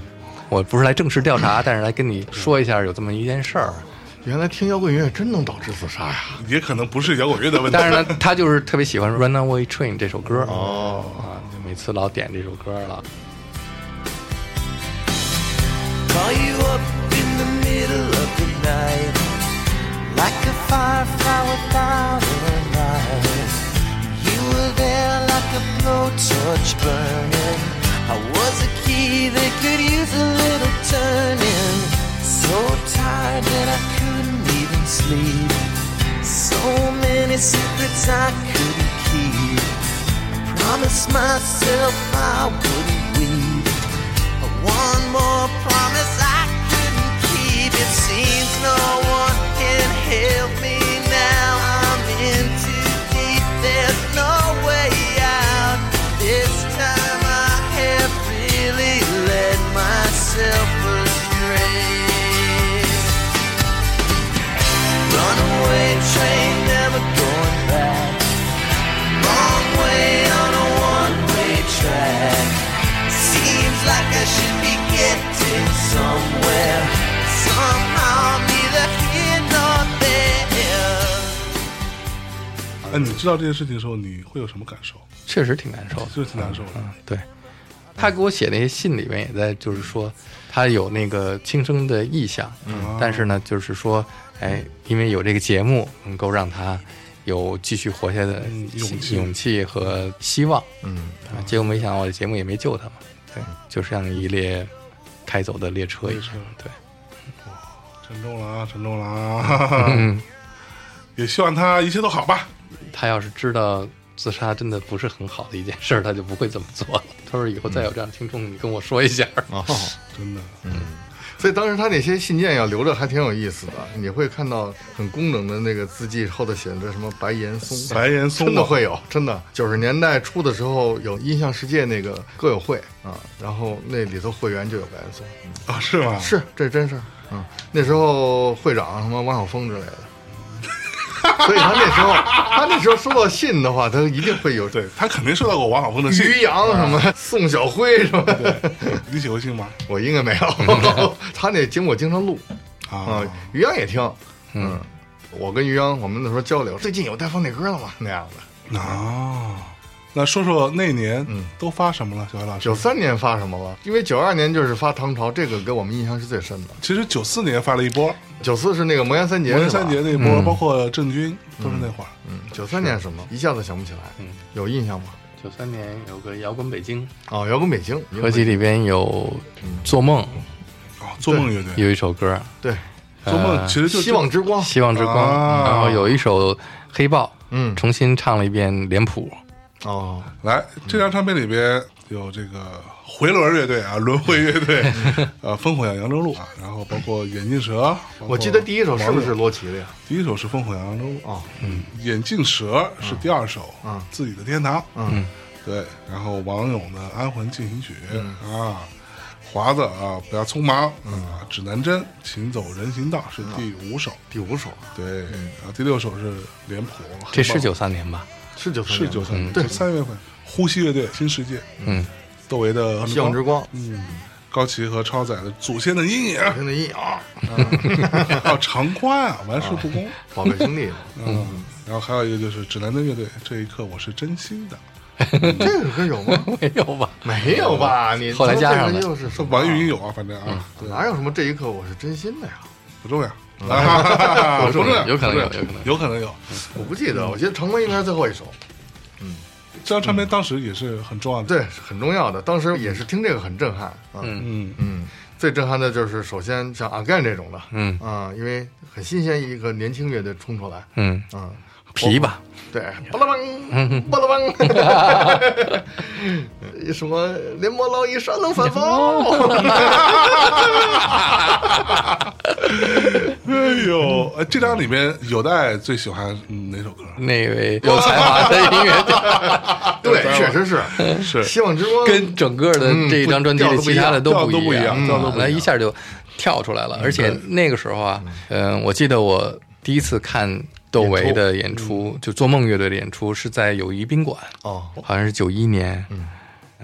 Speaker 1: 我不是来正式调 查，但是来跟你说一下有这么一件事儿。
Speaker 2: 原来听摇滚乐真能导致自杀呀！
Speaker 3: 也可能不是摇滚乐的
Speaker 2: 嗯
Speaker 3: 问题
Speaker 1: 但。是呢，他就是特别喜欢《Runaway Train》这首歌，
Speaker 2: 哦，
Speaker 1: 啊，就每次老点这首歌了。
Speaker 5: Call you up in the middle of the night Like a firefly without a light You were there like a blowtorch burning I was a key that could use a little turning So tired that I couldn't even sleep So many secrets I couldn't keep Promise myself I wouldn't weep one more promise I couldn't keep. It seems no one can help me now. I'm in too deep. There's no way out. This time I have really led myself astray. Runaway train never going back. Long way on a one-way track. Seems like I should be getting somewhere. Somehow neither here nor there.
Speaker 3: 哎，你知道这件事情的时候，你会有什么感受？
Speaker 1: 确实挺难受的，
Speaker 3: 就是挺难受的
Speaker 1: 嗯，对，他给我写那些信里面也在，就是说他有那个轻生的意向，但是呢，就是说，哎，因为有这个节目能够让他有继续活下来的
Speaker 3: 嗯
Speaker 1: 希
Speaker 3: 勇气
Speaker 1: 勇气和希望。
Speaker 2: 嗯，
Speaker 1: 啊，结果没想到我的节目也没救他们，对，就像一列开走的列车一样
Speaker 3: 列车，
Speaker 1: 对，
Speaker 3: 沉重了啊，沉重了啊！
Speaker 1: 嗯，
Speaker 3: 也希望他一切都好吧。
Speaker 1: 他要是知道自杀真的不是很好的一件事儿，他就不会这么做了。他说以后再有这样的听众，你跟我说一下。
Speaker 2: 哦，
Speaker 3: 真的，
Speaker 2: 所以当时他那些信件要留着还挺有意思的，你会看到很工整的那个字迹，后头写着什么白岩松，
Speaker 3: 白岩松啊
Speaker 2: 真的会有，真的。九十年代初的时候有音像世界那个歌友会啊，然后那里头会员就有白岩松，
Speaker 3: 啊，是吗？
Speaker 2: 是这真是，嗯，那时候会长什么王晓峰之类的，所以他那时候他那时候收到信的话，他一定会有
Speaker 3: 对他肯定收到过王晓峰的信。啊
Speaker 2: 于洋什么、宋晓辉什么的，
Speaker 3: 对，你写过信吗？
Speaker 2: 我应该没 有，他那节目我经常录。
Speaker 3: 啊
Speaker 2: 啊，，于洋也听，嗯，我跟于洋我们那时候交流，最近有带放那歌了吗？那样的，
Speaker 3: 啊，那说说那年
Speaker 2: 嗯
Speaker 3: 都发什么了，小黑老师
Speaker 2: 九？三年发什么了？因为九二年就是发唐朝，这个给我们印象是最深的。
Speaker 3: 其实九四年发了一波，
Speaker 2: 九四是那个魔岩三杰，
Speaker 3: 魔岩三杰
Speaker 2: 是吧，
Speaker 3: 那一波，包括郑钧都是那会儿。
Speaker 2: 嗯，九三年什么？一下子想不起来，
Speaker 3: 嗯
Speaker 2: 有印象吗？
Speaker 1: 九三年有个摇滚北京
Speaker 2: 哦，摇滚北京
Speaker 1: 合集，里边有《做梦
Speaker 3: 哦，做梦乐》队，
Speaker 1: 有一首歌
Speaker 2: 对，
Speaker 3: 做梦其实就
Speaker 2: 呃希望之光
Speaker 1: 《希望之光》，
Speaker 3: 啊
Speaker 1: 然后有一首《黑豹》，
Speaker 2: 嗯
Speaker 1: 重新唱了一遍《脸谱》。
Speaker 2: 哦，
Speaker 3: 来这张唱片里边有这个回轮乐队啊， 轮回乐队，呃，烽火扬扬州路啊，然后包括眼镜蛇，包括
Speaker 2: 我记得第一首是不是罗琦的呀？
Speaker 3: 第一首是烽火扬扬州路啊
Speaker 2: 哦，
Speaker 3: 眼镜蛇是第二首，
Speaker 2: 嗯
Speaker 3: 自己的天堂，
Speaker 2: 嗯，
Speaker 3: 对，然后王勇的《安魂进行曲》
Speaker 2: 嗯
Speaker 3: 啊，华子啊，不要匆忙啊，指南针，请走人行道
Speaker 2: 嗯
Speaker 3: 是第五首，
Speaker 2: 第五首啊
Speaker 3: 对，然后第六首是脸谱，
Speaker 1: 这是
Speaker 3: 黑豹
Speaker 1: 九三 年吧？
Speaker 2: 是九三嗯
Speaker 3: 是九三年，
Speaker 2: 对
Speaker 3: 就三月份，呼吸乐队《新世界》，
Speaker 1: 嗯，
Speaker 3: 窦唯的《
Speaker 2: 希望之》，光，
Speaker 3: 嗯高旗和超载的《祖先的阴影》，
Speaker 2: 听的音啊，
Speaker 3: 还有长宽啊，玩世不恭，
Speaker 2: 宝贝兄弟，
Speaker 3: 嗯，然后还有一个就是指南针乐队，这一刻我是真心的。嗯
Speaker 2: 这首歌有 吗？
Speaker 1: 没有吧？
Speaker 2: 没有吧？你
Speaker 1: 后来加上的
Speaker 2: 这个又是什么
Speaker 3: 网易云有啊，反正
Speaker 1: 嗯
Speaker 3: 啊，对，
Speaker 2: 哪有什么这一刻我是真心的呀？
Speaker 3: 不重要， 啊不重要，
Speaker 1: 嗯有可能有有
Speaker 3: 不重要
Speaker 1: 可能
Speaker 3: 有可能有。
Speaker 2: 我不记得，我记得长关应该是最后一首，
Speaker 3: 这张唱片当时也是很重要的，
Speaker 2: 对，很重要的。当时也是听这个很震撼，啊、嗯
Speaker 3: 嗯，
Speaker 2: 最震撼的就是首先像阿甘这种的，
Speaker 1: 嗯
Speaker 2: 啊、因为很新鲜一个年轻乐队冲出来，
Speaker 1: 嗯，
Speaker 2: 嗯，
Speaker 1: 皮吧，
Speaker 2: 对，巴拉邦，巴拉 邦，什么连魔老一山能反 方，
Speaker 1: 嗯
Speaker 3: 哎呦，呃这张里面有代最喜欢嗯哪首歌？
Speaker 1: 那位有才华的音乐 家。
Speaker 2: 对，确实是，
Speaker 3: 是
Speaker 2: 希望之光
Speaker 1: 跟整个的这一张专辑
Speaker 2: 嗯
Speaker 1: 里
Speaker 2: 不
Speaker 1: 其他的
Speaker 3: 调
Speaker 1: 都
Speaker 3: 都不
Speaker 1: 一
Speaker 3: 一样调都
Speaker 1: 嗯
Speaker 3: 不一样嗯
Speaker 1: 那一下就跳出来了。而且那个时候啊，嗯，我记得我第一次看窦唯的演
Speaker 3: 嗯
Speaker 1: 出，就做梦乐队的演出是在友谊宾馆，
Speaker 2: 哦，
Speaker 1: 好像是九一年
Speaker 3: 嗯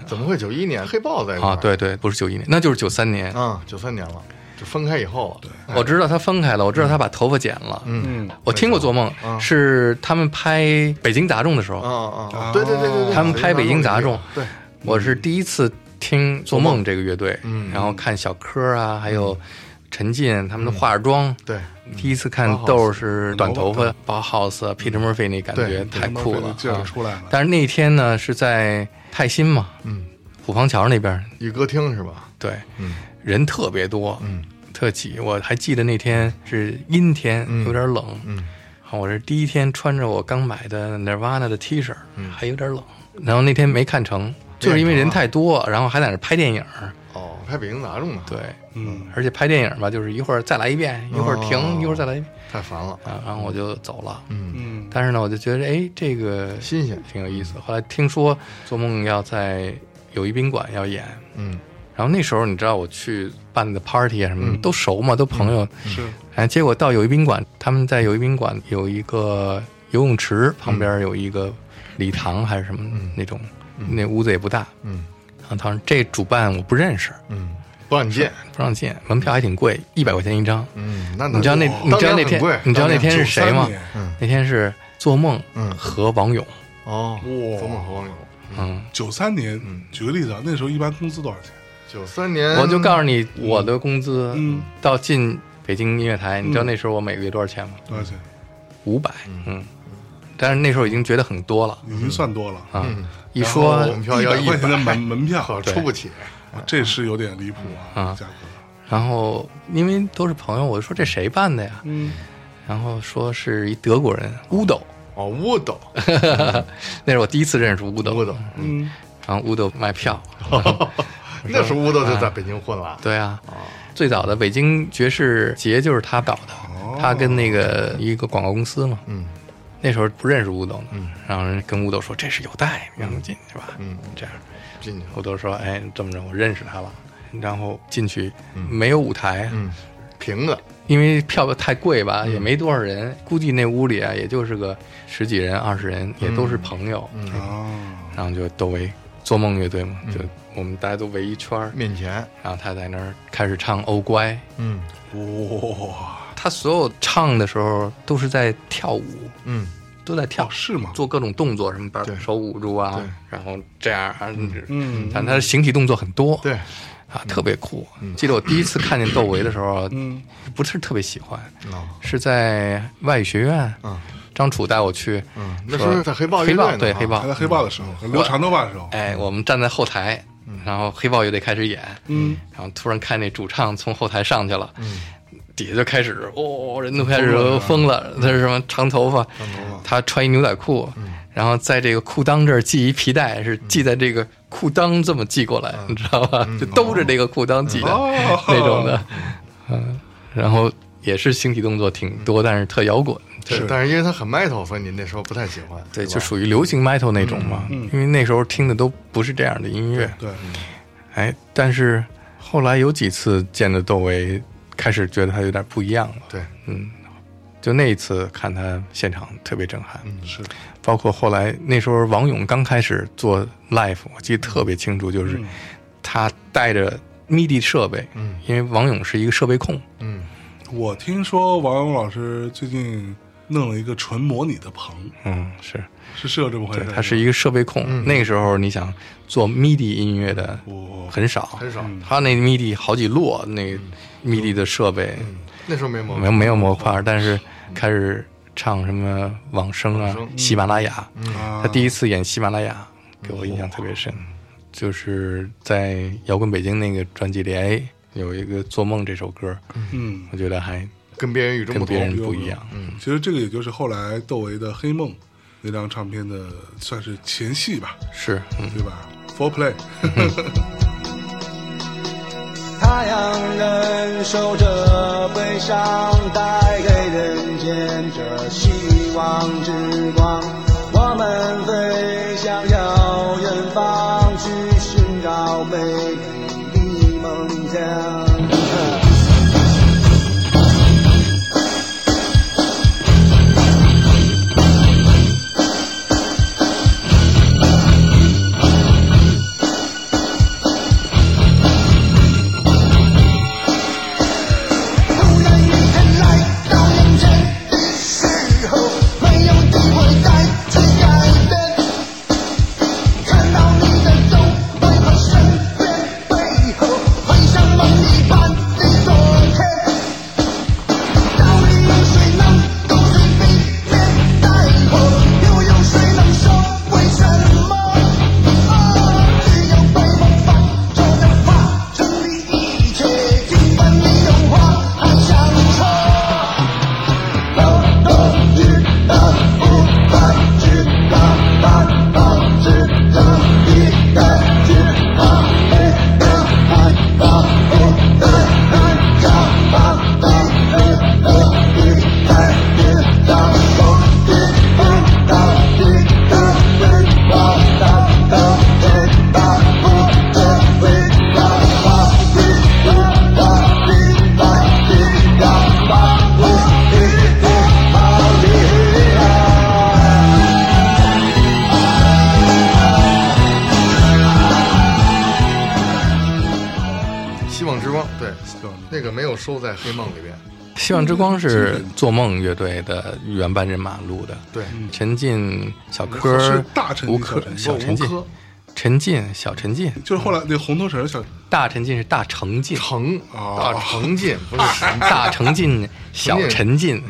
Speaker 2: 怎么会九一年黑豹在一块儿
Speaker 1: 啊，对对，不是九一年，那就是九三年。
Speaker 2: 啊，九三年了，就分开以后了，对，
Speaker 1: 我知道他分开了，我知道他把头发剪了。
Speaker 2: 嗯，
Speaker 1: 我听过做梦，是他们拍《北京杂种》的时候，
Speaker 2: 啊啊，对对对对对，
Speaker 1: 他们拍《北京杂种》，
Speaker 2: 对，
Speaker 1: 我是第一次听做梦嗯这个乐队，然后看小柯啊，还有陈进他们的化妆，
Speaker 2: 对，
Speaker 1: 第一次看豆是短头发，包 house 啊 Peter Murphy 那感觉
Speaker 2: 对
Speaker 1: 太酷了
Speaker 3: 劲儿
Speaker 1: 啊！
Speaker 3: 出来了。
Speaker 1: 但是那天呢是在泰新嘛，
Speaker 2: 嗯，
Speaker 1: 虎坊桥那边，
Speaker 2: 一歌厅是吧？
Speaker 1: 对，
Speaker 2: 嗯
Speaker 1: 人特别多，
Speaker 2: 嗯，
Speaker 1: 特挤。我还记得那天是阴天，
Speaker 2: 嗯
Speaker 1: 有点冷，
Speaker 2: 嗯
Speaker 1: 我是第一天穿着我刚买的 Nirvana 的 T 恤，
Speaker 2: 嗯
Speaker 1: 还有点冷。然后那天没看成，就是因为人太多，然后还在那拍电影。
Speaker 2: 哦，拍北京杂种呢，
Speaker 1: 对，
Speaker 3: 嗯，
Speaker 1: 而且拍电影吧，就是一会儿再来一遍，一会儿停，
Speaker 2: 哦
Speaker 1: 一会儿再来一遍
Speaker 2: 太烦了，
Speaker 1: 啊。然后我就走了。
Speaker 2: 嗯，
Speaker 3: 嗯，
Speaker 1: 但是呢，我就觉得哎，这个
Speaker 2: 新鲜，
Speaker 1: 挺有意思。后来听说做梦要在友谊宾馆要演，
Speaker 2: 嗯，
Speaker 1: 然后那时候你知道我去办的 party 啊什么的、都熟嘛，都朋友。
Speaker 3: 是
Speaker 1: 哎，结果到友谊宾馆，他们在友谊宾馆有一个游泳池，旁边有一个礼堂还是什么、那种，那屋子也不大。
Speaker 2: 嗯
Speaker 1: 然后他说这主办我不认识，
Speaker 2: 嗯，不让你见，
Speaker 1: 不让进，门票还挺贵，一百块钱一张。
Speaker 2: 嗯，那
Speaker 1: 你知道那你知道那天你知道那天是谁吗
Speaker 3: 93年？
Speaker 2: 嗯
Speaker 1: 那天是做梦
Speaker 2: 嗯
Speaker 1: 和王勇，
Speaker 2: 哦，
Speaker 3: 哇
Speaker 2: 冯梦和王勇，
Speaker 1: 嗯，
Speaker 3: 九三年，举个例子啊，那时候一般工资多少钱？
Speaker 2: 九三年，
Speaker 1: 我就告诉你我的工资
Speaker 3: 嗯
Speaker 1: 到进北京音乐台，你知道那时候我每个月多少钱吗？
Speaker 3: 多少钱？
Speaker 1: 五百，嗯，但是那时候已经觉得很多了
Speaker 3: 已经算多了
Speaker 1: 啊。一
Speaker 2: 嗯然后
Speaker 1: 说
Speaker 2: 我们票要
Speaker 3: 100块钱的门门票
Speaker 2: 可
Speaker 3: 对
Speaker 2: 出不起，
Speaker 3: 这是有点离谱啊，价格。
Speaker 1: 然后因为都是朋友，我说这谁办的呀？
Speaker 3: 嗯，
Speaker 1: 然后说是一德国人乌斗，
Speaker 2: 哦，乌斗，
Speaker 1: 那是我第一次认识乌斗。
Speaker 2: 乌哦斗，
Speaker 3: 嗯，
Speaker 1: 然后乌斗卖票，
Speaker 2: 那时候乌斗就在北京混了，
Speaker 1: 嗯对啊，
Speaker 2: 哦
Speaker 1: 最早的北京爵士节就是他搞的，他跟那个一个广告公司嘛，
Speaker 2: 哦嗯，
Speaker 1: 那时候不认识乌斗呢，然后人跟乌斗说这是有带，让他进去吧，嗯，这样，
Speaker 2: 进去了。
Speaker 1: 乌斗说哎这么着，我认识他了，然后进去没有舞台，
Speaker 2: 嗯，平的，
Speaker 1: 因为票太贵
Speaker 3: 嗯
Speaker 1: 吧，也没多少人，估计那屋里啊也就是个十几人、二十
Speaker 3: 嗯
Speaker 1: 人，也都是朋友，哎
Speaker 3: 啊，
Speaker 1: 然后就都围做梦乐队嘛，
Speaker 3: 嗯
Speaker 1: 就我们大家都围一圈儿，
Speaker 2: 面前，
Speaker 1: 然后他在那儿开始唱《欧乖》。
Speaker 2: 嗯
Speaker 3: 哇，
Speaker 1: 他所有唱的时候都是在跳舞，
Speaker 2: 嗯，
Speaker 1: 都在跳，
Speaker 3: 哦是吗？
Speaker 1: 做各种动作，什么把手捂住啊，然后这样啊，
Speaker 3: 嗯
Speaker 1: 但他的形体动作很多，
Speaker 2: 对，
Speaker 1: 啊，特别酷。记得我第一次看见窦唯的时候，
Speaker 3: 嗯，
Speaker 1: 不是特别喜欢，
Speaker 2: 哦
Speaker 1: 是在外语学院，
Speaker 2: 嗯，
Speaker 1: 张楚带我去，
Speaker 2: 嗯那时候
Speaker 1: 说
Speaker 2: 在黑豹
Speaker 1: 黑
Speaker 2: 乐队
Speaker 1: 豹
Speaker 2: 呢
Speaker 1: 对
Speaker 2: 啊
Speaker 1: 黑豹
Speaker 3: 还在，黑豹的时候，留长头发的时候，
Speaker 1: 嗯哎，我们站在后台，
Speaker 2: 嗯
Speaker 1: 然后黑豹乐队开始演，
Speaker 3: 嗯，
Speaker 1: 然后突然看那主唱从后台上去了，
Speaker 2: 嗯
Speaker 1: 底下就开始哦，人都开始疯
Speaker 2: 嗯
Speaker 1: 了，他是什么长头发，他穿一牛仔裤，然后在这个裤裆这儿系一皮带，是
Speaker 2: 嗯
Speaker 1: 系在这个裤裆这么系过来，你知道吧？就兜着这个裤裆系的
Speaker 3: 哦
Speaker 1: 那种的，嗯，然后也是形体动作挺多，但是特摇滚，
Speaker 2: 对
Speaker 3: 是
Speaker 2: 但是因为他很 metal，所以你那时候不太喜欢，
Speaker 1: 对，
Speaker 2: 是
Speaker 1: 就
Speaker 2: 吧
Speaker 1: 属于流行 metal 那种嘛，因为那时候听的都不是这样的音乐，
Speaker 3: 对，
Speaker 1: 哎，但是后来有几次见的窦唯，开始觉得他有点不一样了。
Speaker 2: 对，
Speaker 1: 嗯，就那一次看他现场特别震撼，
Speaker 3: 是
Speaker 1: 包括后来那时候王勇刚开始做 live，我记得特别清楚，就是他带着 MIDI 设备，嗯，因为王勇是一个设备控，
Speaker 2: 嗯，
Speaker 3: 我听说王勇老师最近弄了一个纯模拟的棚，
Speaker 1: 嗯，是
Speaker 3: 是是有这么回
Speaker 1: 对
Speaker 3: 事？，
Speaker 1: 他是一个设备控。那个时候你想做 MIDI 音乐的
Speaker 3: 我
Speaker 1: 很少，
Speaker 2: 很少，
Speaker 1: 他那 MIDI 好几摞那 MIDI 的设备。
Speaker 2: 那时候没模
Speaker 1: 没有没有模块，但是开始唱什么往声啊、喜马拉雅。
Speaker 3: 啊
Speaker 1: 他第一次演喜马拉雅，给我印象特别深，就是在《摇滚北京》那个专辑里，哎，有一个《做梦》这首歌，
Speaker 3: 嗯，
Speaker 1: 我觉得还
Speaker 2: 跟别人与众
Speaker 1: 跟
Speaker 2: 不
Speaker 1: 别人
Speaker 2: 同，
Speaker 1: 不一样。
Speaker 3: 嗯，其实这个也就是后来窦唯的《黑梦》那张唱片的算是前戏吧，
Speaker 1: 是，嗯，
Speaker 3: 对吧？Four Play，
Speaker 7: 太阳忍受着悲伤，带给人间这希望之光。我们飞向遥远方，去寻找美丽的梦想。
Speaker 8: 突然一天来到人间的时候，没有机会再去改变。看到你的皱眉和身边背后，会像梦一般的昨天。到底有谁能够去避免灾祸？又有谁能说为什么？啊，只有被我反作用化成的一切，尽管你有话还想说，都都知道，不该知道，但都知道，应该知道，不该害怕，不该害怕，但知道，应该知道，不知道，应该知道，但都知道，不该知道，不知道，应该知道，不知道。
Speaker 2: 希望之光，对，那个没有收在黑梦里边，
Speaker 1: 希望之光是做梦乐队的原班人马录的，
Speaker 2: 对，
Speaker 1: 陈进、小
Speaker 3: 是
Speaker 1: 柯、
Speaker 3: 大陈进
Speaker 1: 吴柯、
Speaker 3: 小
Speaker 1: 小陈
Speaker 2: 陈进
Speaker 1: 进
Speaker 2: 不吴柯、
Speaker 1: 陈进、小陈进、
Speaker 3: 就是后来那红头绳小
Speaker 1: 大陈进是大成进，
Speaker 2: 成
Speaker 3: 哦
Speaker 2: 啊 大成进不是神，
Speaker 1: 大成进、小陈进，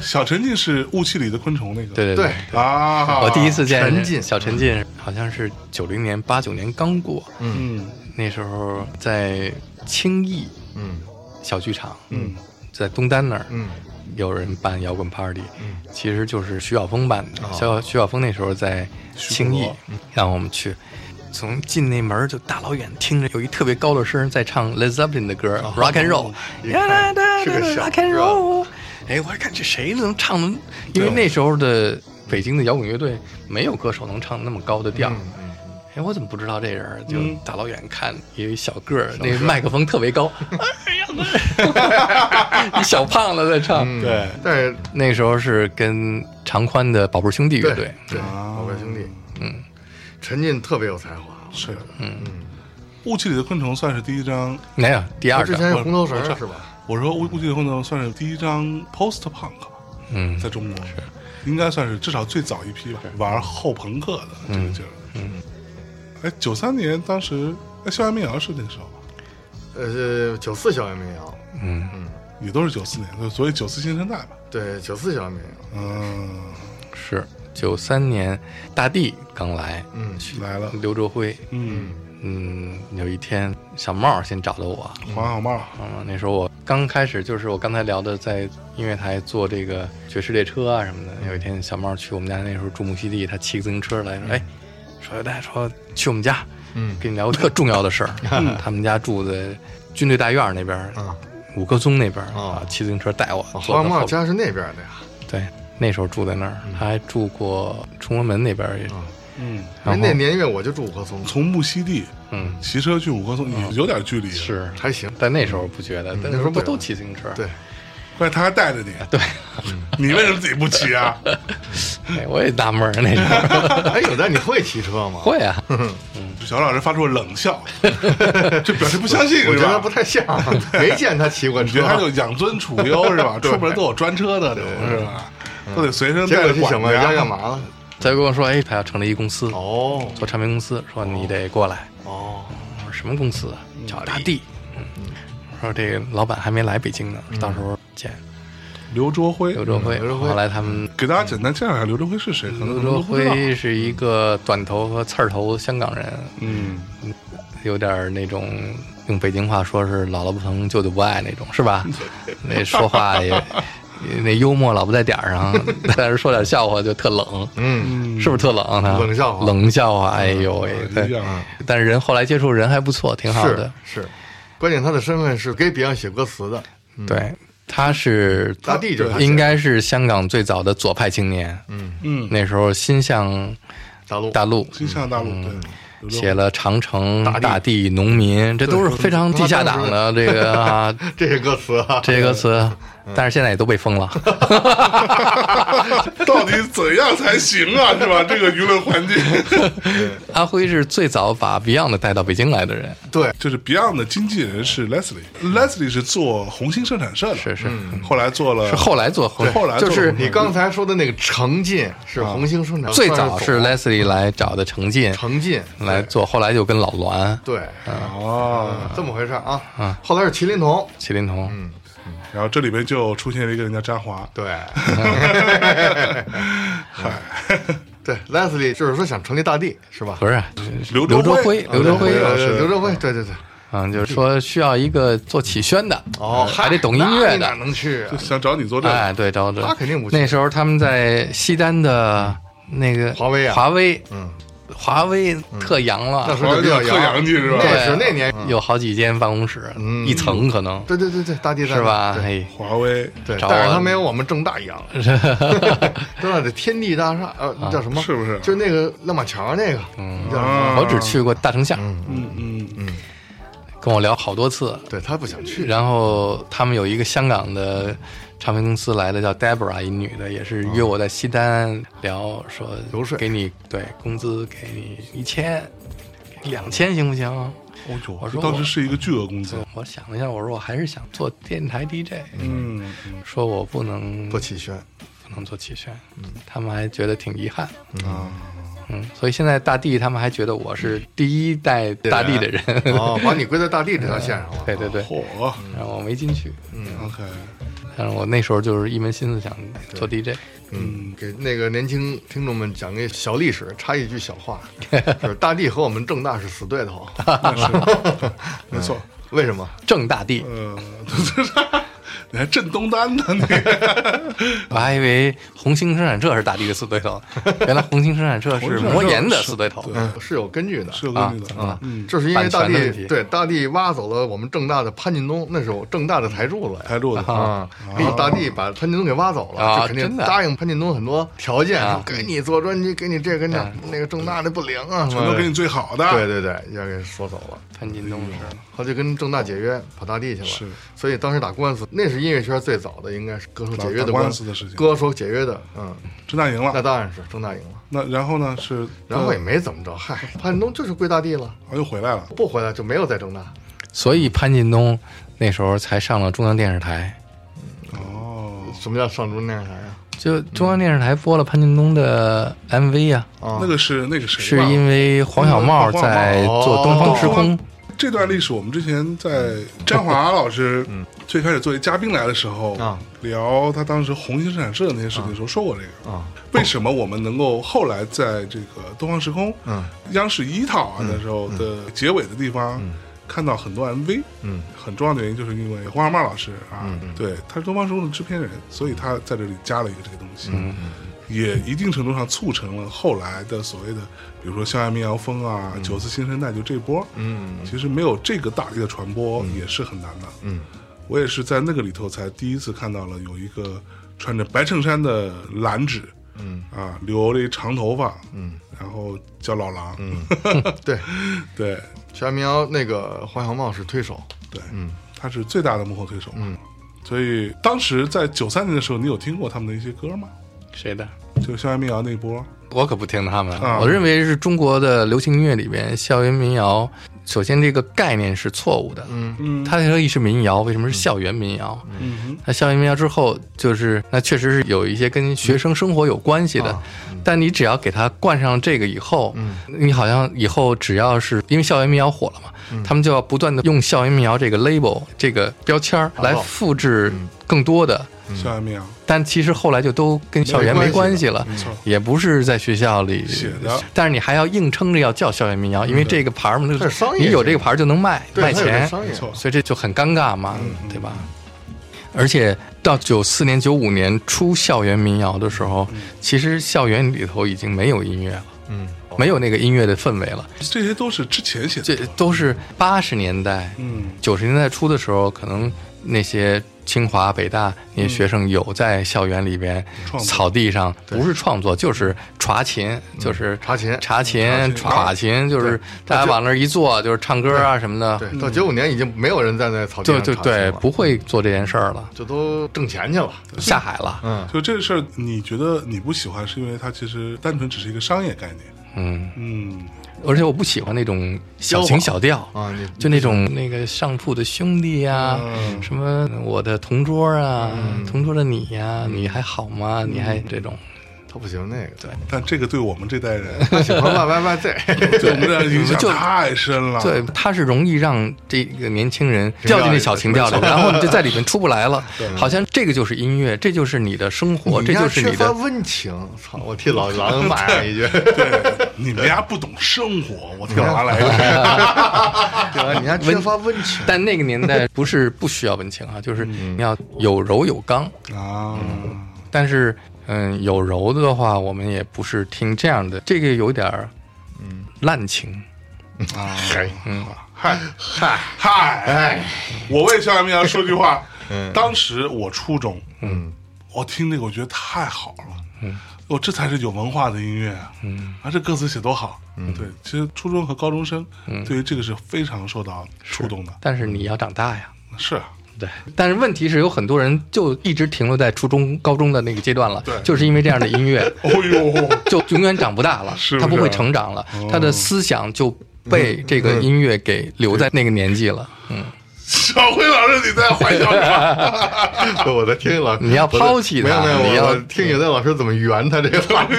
Speaker 3: 小陈进是雾气里的昆虫那个，
Speaker 1: 对对
Speaker 2: 对，
Speaker 3: 啊，
Speaker 1: 我第一次见
Speaker 2: 陈进
Speaker 1: 小陈进，好像是九零年、八九年刚过，
Speaker 3: 嗯
Speaker 1: 那时候在青艺
Speaker 2: 嗯
Speaker 1: 小剧场，
Speaker 3: 嗯，
Speaker 1: 在东单那儿，
Speaker 2: 嗯
Speaker 1: 有人办摇滚 party，
Speaker 2: 嗯哦
Speaker 1: 其实就是徐晓峰办的。徐晓徐晓峰那时候在青
Speaker 3: 徐
Speaker 1: 艺
Speaker 3: 国，
Speaker 2: 嗯
Speaker 1: 让我们去，从进那门儿就大老远听着有一特别高的声在唱 Led Zeppelin 的歌、Rock and Roll，
Speaker 2: 一看哦是个小
Speaker 1: Rock and
Speaker 2: 是吧
Speaker 1: Roll。哎，我还看这谁能唱得，因为那时候的北京的摇滚乐队没有歌手能唱那么高的调。
Speaker 2: 嗯嗯
Speaker 1: 哎，我怎么不知道这人儿？就大老远看，有一小个儿，
Speaker 2: 嗯
Speaker 1: 那麦克风特别 高，哎呀，一 小胖子在唱。
Speaker 2: 嗯
Speaker 3: 对
Speaker 2: 但是
Speaker 1: 那时候是跟长宽的宝贝兄弟乐
Speaker 2: 对
Speaker 1: 队，
Speaker 2: 对，宝贝兄弟，嗯，陈进特别有才华，
Speaker 3: 是的，嗯。雾气里的昆虫算是第一张，
Speaker 1: 没有哎第
Speaker 2: 他
Speaker 1: 二
Speaker 2: 之前
Speaker 1: 张，
Speaker 2: 是红头
Speaker 3: 我知
Speaker 2: 绳
Speaker 3: 道
Speaker 2: 是吧？
Speaker 3: 我说雾雾气里的昆虫算是第一张 post punk，吧
Speaker 1: 嗯
Speaker 3: 在中国应该算是至少最早一批吧，玩后朋克的这个劲儿。嗯，哎，九三年当时，哎，校园民谣是那个时候吧，
Speaker 2: 呃，九四校园民谣，
Speaker 1: 嗯，
Speaker 3: 也都是九四年，对所以九四新生代吧。
Speaker 2: 对，九四校园民谣，
Speaker 3: 嗯，
Speaker 1: 是九三年大地刚来，
Speaker 2: 嗯
Speaker 3: 来了，
Speaker 1: 刘卓辉，
Speaker 3: 嗯，
Speaker 1: 嗯，有一天小帽儿先找到我，
Speaker 3: 黄小帽，
Speaker 1: 嗯，那时候我刚开始就是我刚才聊的，在音乐台做这个爵士列车啊什么的。有一天小帽去我们家，那时候住木樨地，他骑个自行车来说：“哎，说小戴说去我们家，
Speaker 2: 嗯
Speaker 1: 跟你聊个特重要的 事儿。嗯他们家住在军队大院那边，
Speaker 2: 嗯
Speaker 1: 五棵松那边啊，
Speaker 2: 哦
Speaker 1: 骑自行车带我
Speaker 2: 黄
Speaker 1: 坐
Speaker 2: 小
Speaker 1: 到
Speaker 2: 茂
Speaker 1: 后边。
Speaker 2: 家是嗯那边的呀，
Speaker 1: 对，那时候住在那儿，他还住过崇文门那边也。
Speaker 2: 哦
Speaker 3: 嗯，
Speaker 1: 然后
Speaker 2: 那年月我就住五棵松，
Speaker 3: 从木樨地
Speaker 1: 嗯
Speaker 3: 骑车去五棵松，有有点距离，，
Speaker 1: 是，
Speaker 2: 还行，
Speaker 1: 但那时候不觉得，但
Speaker 2: 那时
Speaker 1: 不
Speaker 2: 候不觉
Speaker 1: 都
Speaker 2: 得
Speaker 1: 骑自行车？
Speaker 2: 对，
Speaker 3: 怪他还带着 你，
Speaker 1: 对，
Speaker 3: 你为什么自己不骑啊？
Speaker 1: 哎我也纳闷儿那时候
Speaker 2: 哎，有的你会骑车吗？
Speaker 1: 会啊。
Speaker 2: 嗯
Speaker 3: 小老师发出了冷笑， 这表示不相信
Speaker 2: 我
Speaker 3: 是
Speaker 2: 觉得
Speaker 3: 吧
Speaker 2: 不？太像， 没见他骑过
Speaker 3: 你觉
Speaker 2: 车
Speaker 3: 得。他就养尊处优是吧？出门都有专车的，这种是吧？都得随身
Speaker 2: 结
Speaker 3: 带
Speaker 2: 果
Speaker 3: 着
Speaker 2: 去小
Speaker 3: 管
Speaker 2: 茂家
Speaker 3: 家
Speaker 2: 干？嘛了？
Speaker 1: 再跟我说，哎，他要成立一公司，
Speaker 2: 哦
Speaker 1: 做唱片公司，说你得过来。
Speaker 2: 哦，
Speaker 1: 我说什么公司啊？叫大地。嗯，说这个老板还没来北京
Speaker 2: 嗯
Speaker 1: 呢，到时候见。
Speaker 3: 刘 卓辉，
Speaker 1: 刘卓辉，
Speaker 2: 刘卓辉
Speaker 1: 后来他
Speaker 2: 嗯
Speaker 1: 们
Speaker 3: 给大家简单介绍一下刘哲辉是谁，可能
Speaker 1: 刘
Speaker 3: 很
Speaker 1: 卓
Speaker 3: 多人都不知道。
Speaker 1: 辉是一个短头和刺儿头香港人，
Speaker 3: 嗯，
Speaker 1: 有点那种用北京话说是姥姥不疼舅舅不爱那种，是 吧？那说话也。那幽默老不在点儿上， 但是说点笑话就特冷，
Speaker 2: 嗯，
Speaker 1: 是不是特冷啊？他
Speaker 2: 冷笑话嗯
Speaker 1: 冷笑话，哎呦喂！
Speaker 3: 哎
Speaker 1: 对
Speaker 3: 呀，
Speaker 1: 但是人后来接触人还不错，挺好
Speaker 2: 啊是
Speaker 1: 的。
Speaker 2: 是，关键他的身份是给 Beyond 写歌词的，
Speaker 1: 对，他是
Speaker 2: 嗯大地就是他写的
Speaker 1: 应该是香港最早的左派青年。
Speaker 2: 嗯，
Speaker 3: 嗯，
Speaker 1: 那时候心向
Speaker 2: 大陆
Speaker 1: 大陆，
Speaker 3: 金向大陆对， 刘哲
Speaker 1: 写了《长城》
Speaker 2: 大
Speaker 1: 《
Speaker 2: 地
Speaker 1: 大地》《农民》，这都是非常地下党的这个啊
Speaker 2: 这些歌词啊，
Speaker 1: 这些歌词，但是现在也都被封了。
Speaker 3: 辉到底怎样才行啊？是吧？这个舆论环境，
Speaker 1: 阿辉是最早把 Beyond 带到北京来的人，
Speaker 2: 对，
Speaker 3: 就是 Beyond 的经纪人是 Leslie，Leslie 是做红星生产社的，嗯
Speaker 1: 是是
Speaker 3: 后来做了，
Speaker 1: 是后来做红
Speaker 3: 对，后来
Speaker 2: 就
Speaker 3: 做了
Speaker 2: 是
Speaker 3: 红星
Speaker 2: 你刚才说的那个程进是红星生产，
Speaker 1: 嗯最早是 Leslie 来找的程进
Speaker 2: 程进
Speaker 1: 来做，后来就跟老栾、
Speaker 2: 对，
Speaker 3: 哦，
Speaker 2: 这么回事啊啊，后来是麒麟童，
Speaker 1: 麒麟童，
Speaker 3: 然后这里边就出现了一个人叫张华，
Speaker 2: 对， 对，Leslie 就是说想成立大地是吧？
Speaker 1: 不是
Speaker 3: 刘
Speaker 1: 刘
Speaker 3: 哲
Speaker 1: 哲
Speaker 3: 辉
Speaker 1: 辉，
Speaker 3: 啊
Speaker 1: 刘哲辉
Speaker 3: 刘哲辉
Speaker 2: 呃刘哲辉，对对对，
Speaker 1: 嗯，就是说需要一个做起宣的，
Speaker 2: 哦，
Speaker 1: 还得懂音
Speaker 2: 那
Speaker 1: 乐
Speaker 2: 你哪
Speaker 1: 的，
Speaker 2: 能去啊
Speaker 3: 就？想找你做这个，
Speaker 1: 哎，对，招着
Speaker 2: 他肯定不去
Speaker 1: 那时候他们在西单的那个
Speaker 2: 华为啊
Speaker 1: 华为，
Speaker 2: 嗯，
Speaker 1: 华为特洋
Speaker 2: 那
Speaker 1: 了
Speaker 2: 时，候就比较
Speaker 3: 特洋气是吧
Speaker 2: 对，
Speaker 1: 对嗯
Speaker 2: 是那年，
Speaker 1: 有好几间办公室，
Speaker 2: 嗯
Speaker 1: 一层可能
Speaker 2: 对对对对，大地在
Speaker 1: 是吧？
Speaker 2: 对
Speaker 1: 哎，
Speaker 3: 华为
Speaker 2: 对，
Speaker 1: 找
Speaker 2: 但是
Speaker 1: 我
Speaker 2: 他没有我们正大洋，正大的天地大厦，呃，叫什么？
Speaker 3: 是不是
Speaker 2: 就那个亮马桥那个，嗯，叫什么？
Speaker 1: 我只去过大成像，
Speaker 3: 嗯嗯
Speaker 1: 跟我聊好多次，
Speaker 2: 对他不想去，
Speaker 1: 然后他们有一个香港的唱片公司来的叫 Debra，一女的，也是约我在西单聊，说
Speaker 2: 游说
Speaker 1: 给你对工资给你一千，给你两千行不行？
Speaker 3: 哦呦，
Speaker 1: 我
Speaker 3: 这
Speaker 1: 说
Speaker 3: 当时
Speaker 1: 我
Speaker 3: 是一个巨额工资，
Speaker 1: 我想了一下，我说我还是想做电台 DJ，
Speaker 3: 嗯，嗯
Speaker 1: 说我不嗯能
Speaker 2: 做启轩，
Speaker 1: 不能做起宣，他们还觉得挺遗憾。
Speaker 3: 啊，
Speaker 1: 嗯，所以现在大地他们还觉得我是第一代大地的人，
Speaker 2: 哦，把你归在大地这条线上了。
Speaker 1: 对对对，
Speaker 3: 火
Speaker 1: 然后我没进去。
Speaker 3: ，OK，
Speaker 1: 但是我那时候就是一门心思想做 DJ，
Speaker 2: 嗯，给那个年轻听众们讲个小历史，插一句小话，就是大地和我们正大是死对头， 嗯
Speaker 3: 没 错，
Speaker 2: 为什么？
Speaker 1: 正大地，
Speaker 3: 呃， 你还震东单呢，你
Speaker 1: 我还以为红星生产社是大地的死对 头，原来红星生产社是魔岩的死对头。
Speaker 2: 是有根据的，
Speaker 3: 是有根据的
Speaker 1: 啊啊
Speaker 3: 嗯，
Speaker 2: 就是因为大
Speaker 1: 版权的问
Speaker 2: 地
Speaker 1: 题
Speaker 2: 对大地挖走了我们正大的潘劲东，那是我正大的台柱子呀。
Speaker 3: 台柱子
Speaker 2: 啊，给大地把潘劲东给挖走了，
Speaker 1: 啊
Speaker 2: 就肯定
Speaker 1: 真的
Speaker 2: 答应潘劲东很多条件，
Speaker 1: 啊
Speaker 2: 说给你做专辑，给你这个那那个正大的不灵啊，什
Speaker 3: 啊全
Speaker 2: 么
Speaker 3: 都
Speaker 2: 的
Speaker 3: 给你最啊好的，
Speaker 2: 对对对，要给说走了，
Speaker 1: 潘金东是
Speaker 2: 他就跟正大解约，跑大地去了。
Speaker 3: 是，
Speaker 2: 所以当时打官司，那是音乐圈最早的，应该是歌手解约的
Speaker 3: 打
Speaker 2: 司
Speaker 3: 官司的事情
Speaker 2: 歌手解约的，嗯，
Speaker 3: 正大赢
Speaker 2: 那
Speaker 3: 了。
Speaker 2: 当然是正大赢了，
Speaker 3: 那然后呢是，
Speaker 2: 然后也没怎么着，嗨，潘劲东就是归大地了，
Speaker 3: 我又回来了，
Speaker 2: 不回来就没有在正大。
Speaker 1: 所以潘劲东那时候才上了中央电视台，
Speaker 3: 哦，
Speaker 2: 什么叫上中电视台啊？
Speaker 1: 就中央电视台播了潘劲东的 MV 啊，
Speaker 2: 啊，
Speaker 3: 那个是那个谁
Speaker 1: 是
Speaker 3: 吧，哦
Speaker 1: 因为黄小茂哦在做《东方时空》，
Speaker 3: 这段历史，我们之前在詹华老师最开始作为嘉宾来的时候
Speaker 2: 啊，
Speaker 3: 聊他当时红星生产社的那些事情的时候说过这个
Speaker 2: 啊。
Speaker 3: 为什么我们能够后来在这个东方时空，
Speaker 2: 嗯，
Speaker 3: 央视一套啊的时候的结尾的地方。看到很多 MV，
Speaker 2: 嗯，
Speaker 3: 很重要的原因就是因为黄小茂老师啊，对，他是东方时空的制片人，所以他在这里加了一个这个东西，嗯，也一定程度上促成了后来的所谓的，比如说校园民谣风啊、九四新生代就这波，
Speaker 2: 嗯，
Speaker 3: 其实没有这个大力的传播也是很难的，
Speaker 2: 嗯，
Speaker 3: 我也是在那个里头才第一次看到了有一个穿着白衬衫的蓝指，
Speaker 2: 嗯
Speaker 3: 啊，留了一长头发，
Speaker 2: 嗯，
Speaker 3: 然后叫老狼，嗯，
Speaker 2: 对，
Speaker 3: 对
Speaker 2: 全民谣那个黄小茂是推手，
Speaker 3: 对，
Speaker 2: 嗯，
Speaker 3: 他是最大的幕后推手，嗯，所以当时在九三年的时候，你有听过他们的一些歌吗？
Speaker 1: 谁的？
Speaker 3: 就校园民谣那波，
Speaker 1: 我可不听他们
Speaker 3: 啊
Speaker 1: 了。我认为是中国的流行音乐里边校园民谣，首先这个概念是错误的。嗯
Speaker 3: 嗯
Speaker 1: 它可以是民谣，为什么是校园民谣？
Speaker 3: 嗯
Speaker 1: 那校园民谣之后，就是那确实是有一些跟学生生活有关系的，但你只要给它冠上这个以后，你好像以后只要是因为校园民谣火了嘛，他们就要不断的用校园民谣这个 label 这个标签儿来嗯复制更多的，
Speaker 3: 哼，校园民谣，
Speaker 1: 但其实后来就都跟校园没关系了，
Speaker 3: 没错
Speaker 1: 也不是在学校里
Speaker 3: 写的
Speaker 1: 但是你还要硬撑着要叫校园民谣，因为这个牌儿嘛，
Speaker 2: 它是商业
Speaker 1: 你有这个牌儿就能卖
Speaker 2: 对
Speaker 1: 卖
Speaker 2: 他有
Speaker 1: 钱
Speaker 2: 这，商业
Speaker 3: 没，错
Speaker 1: 所以这就很尴尬嘛，对吧？而且到九四年、九五年出校园民谣的时候，其实校园里头已经没有音乐了，
Speaker 2: 嗯，
Speaker 1: 没有那个音乐的氛围了，
Speaker 3: 这些都是之前写
Speaker 1: 这
Speaker 3: 的歌，
Speaker 1: 都是八十年代、
Speaker 3: 嗯，
Speaker 1: 九十年代初的时候，可能那些清华、北大那些学生有在校园里边、
Speaker 3: 创作
Speaker 1: 草地上，不是创作就是查琴，就是
Speaker 2: 查琴
Speaker 1: 查琴、
Speaker 3: 查
Speaker 1: 耍琴，就是大家往那儿一坐，就是唱歌啊什么的，
Speaker 2: 对，到九五年已经没有人站在草地
Speaker 1: 对
Speaker 2: 上
Speaker 1: 对
Speaker 2: 查询
Speaker 1: 对，
Speaker 2: 了
Speaker 1: 不会做这件事儿了，
Speaker 2: 就都挣钱去了，
Speaker 1: 下海了。
Speaker 2: 嗯，
Speaker 3: 就这事儿，你觉得你不喜欢，是因为它其实单纯只是一个商业概念。
Speaker 1: 嗯，
Speaker 3: 嗯，
Speaker 1: 而且我不喜欢那种小情小调
Speaker 2: 啊你
Speaker 1: 就那种那个上铺的兄弟呀，什么我的同桌啊，同桌的你呀，你还好吗？你还这种，
Speaker 2: 他不喜欢那个，对，
Speaker 3: 但这个对我们这代 人，
Speaker 2: 他喜欢 Y Y Y Z，
Speaker 3: 对我们这代人影响
Speaker 1: 就
Speaker 3: 太深了。
Speaker 1: 对，它是容易让这个年轻人啊掉进那小情调里，
Speaker 2: 没错
Speaker 1: 然后你就在里面出不来 了，好像这个就是音乐，这就是你的生活，这就是
Speaker 2: 缺
Speaker 1: 你
Speaker 2: 乏
Speaker 1: 的。
Speaker 2: 温情，操，我替老狼骂上 一句，
Speaker 3: 对，你们家不懂生活，我跳啥来 着？
Speaker 2: 对吧？你还缺乏温情，
Speaker 1: 但那个年代不是不需要文情 啊，就是你要有柔有刚，
Speaker 3: 啊，
Speaker 1: 但是，嗯，有柔的话，我们也不是听这样的，这个有点儿，嗯，滥情。
Speaker 2: 嗨，
Speaker 3: 嗨嗨
Speaker 2: 哎
Speaker 3: 嗨！我为校园民谣说句话，当时我初中，嗯，我听那个我觉得太好了，嗯，我这才是有文化的音乐啊，嗯，啊，这歌词写多好，嗯，对，其实初中和高中生对于这个是非常受到触动的，
Speaker 1: 但是你要长大呀，
Speaker 3: 是啊，
Speaker 1: 对。但是问题是，有很多人就一直停留在初中、高中的那个阶段了，
Speaker 3: 对
Speaker 1: 就是因为这样的音乐，
Speaker 3: 哦呦，
Speaker 1: 就永远长不大了，
Speaker 3: 是不是
Speaker 1: 他不会成长了，他的思想就被这个音乐给留在那个年纪了。嗯，
Speaker 3: 小辉老师你在坏 笑啥？
Speaker 2: 哎我在听老，
Speaker 1: 你要抛弃
Speaker 2: 没有
Speaker 1: 他
Speaker 2: 没有，
Speaker 1: 你
Speaker 2: 我
Speaker 1: 要
Speaker 2: 我听有的老师怎么圆他这个话题，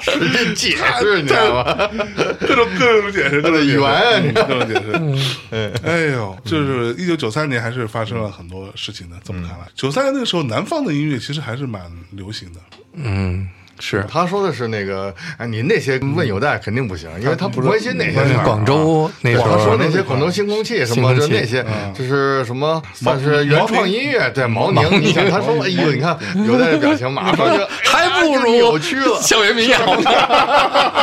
Speaker 2: 使劲解释，你知道吗？
Speaker 3: 各种各种解释，各种解释
Speaker 2: 圆啊嗯你
Speaker 3: 嗯各种解释。哎呦，就是一九九三年还是发生了很多事情的。这么
Speaker 2: 嗯
Speaker 3: 看来，九三年那个时候南方的音乐其实还是蛮流行的。
Speaker 1: 嗯，是
Speaker 2: 他说的是那个，哎，你那
Speaker 1: 嗯
Speaker 2: 些问有代肯定不行，因为他不关心那些
Speaker 3: 嗯
Speaker 2: 事儿。啊
Speaker 1: 广州那时
Speaker 2: 我
Speaker 1: 候啊
Speaker 2: 说那些广州新空气什
Speaker 1: 新
Speaker 2: 么，
Speaker 1: 空
Speaker 2: 就
Speaker 1: 气啊
Speaker 2: 那些就是什么算是原创音乐，对毛宁。你看他 说，哎呦，你看有的人表情马上就
Speaker 1: 还不
Speaker 2: 哎
Speaker 1: 如
Speaker 2: 呀有趣 了。
Speaker 1: 校园民谣呢。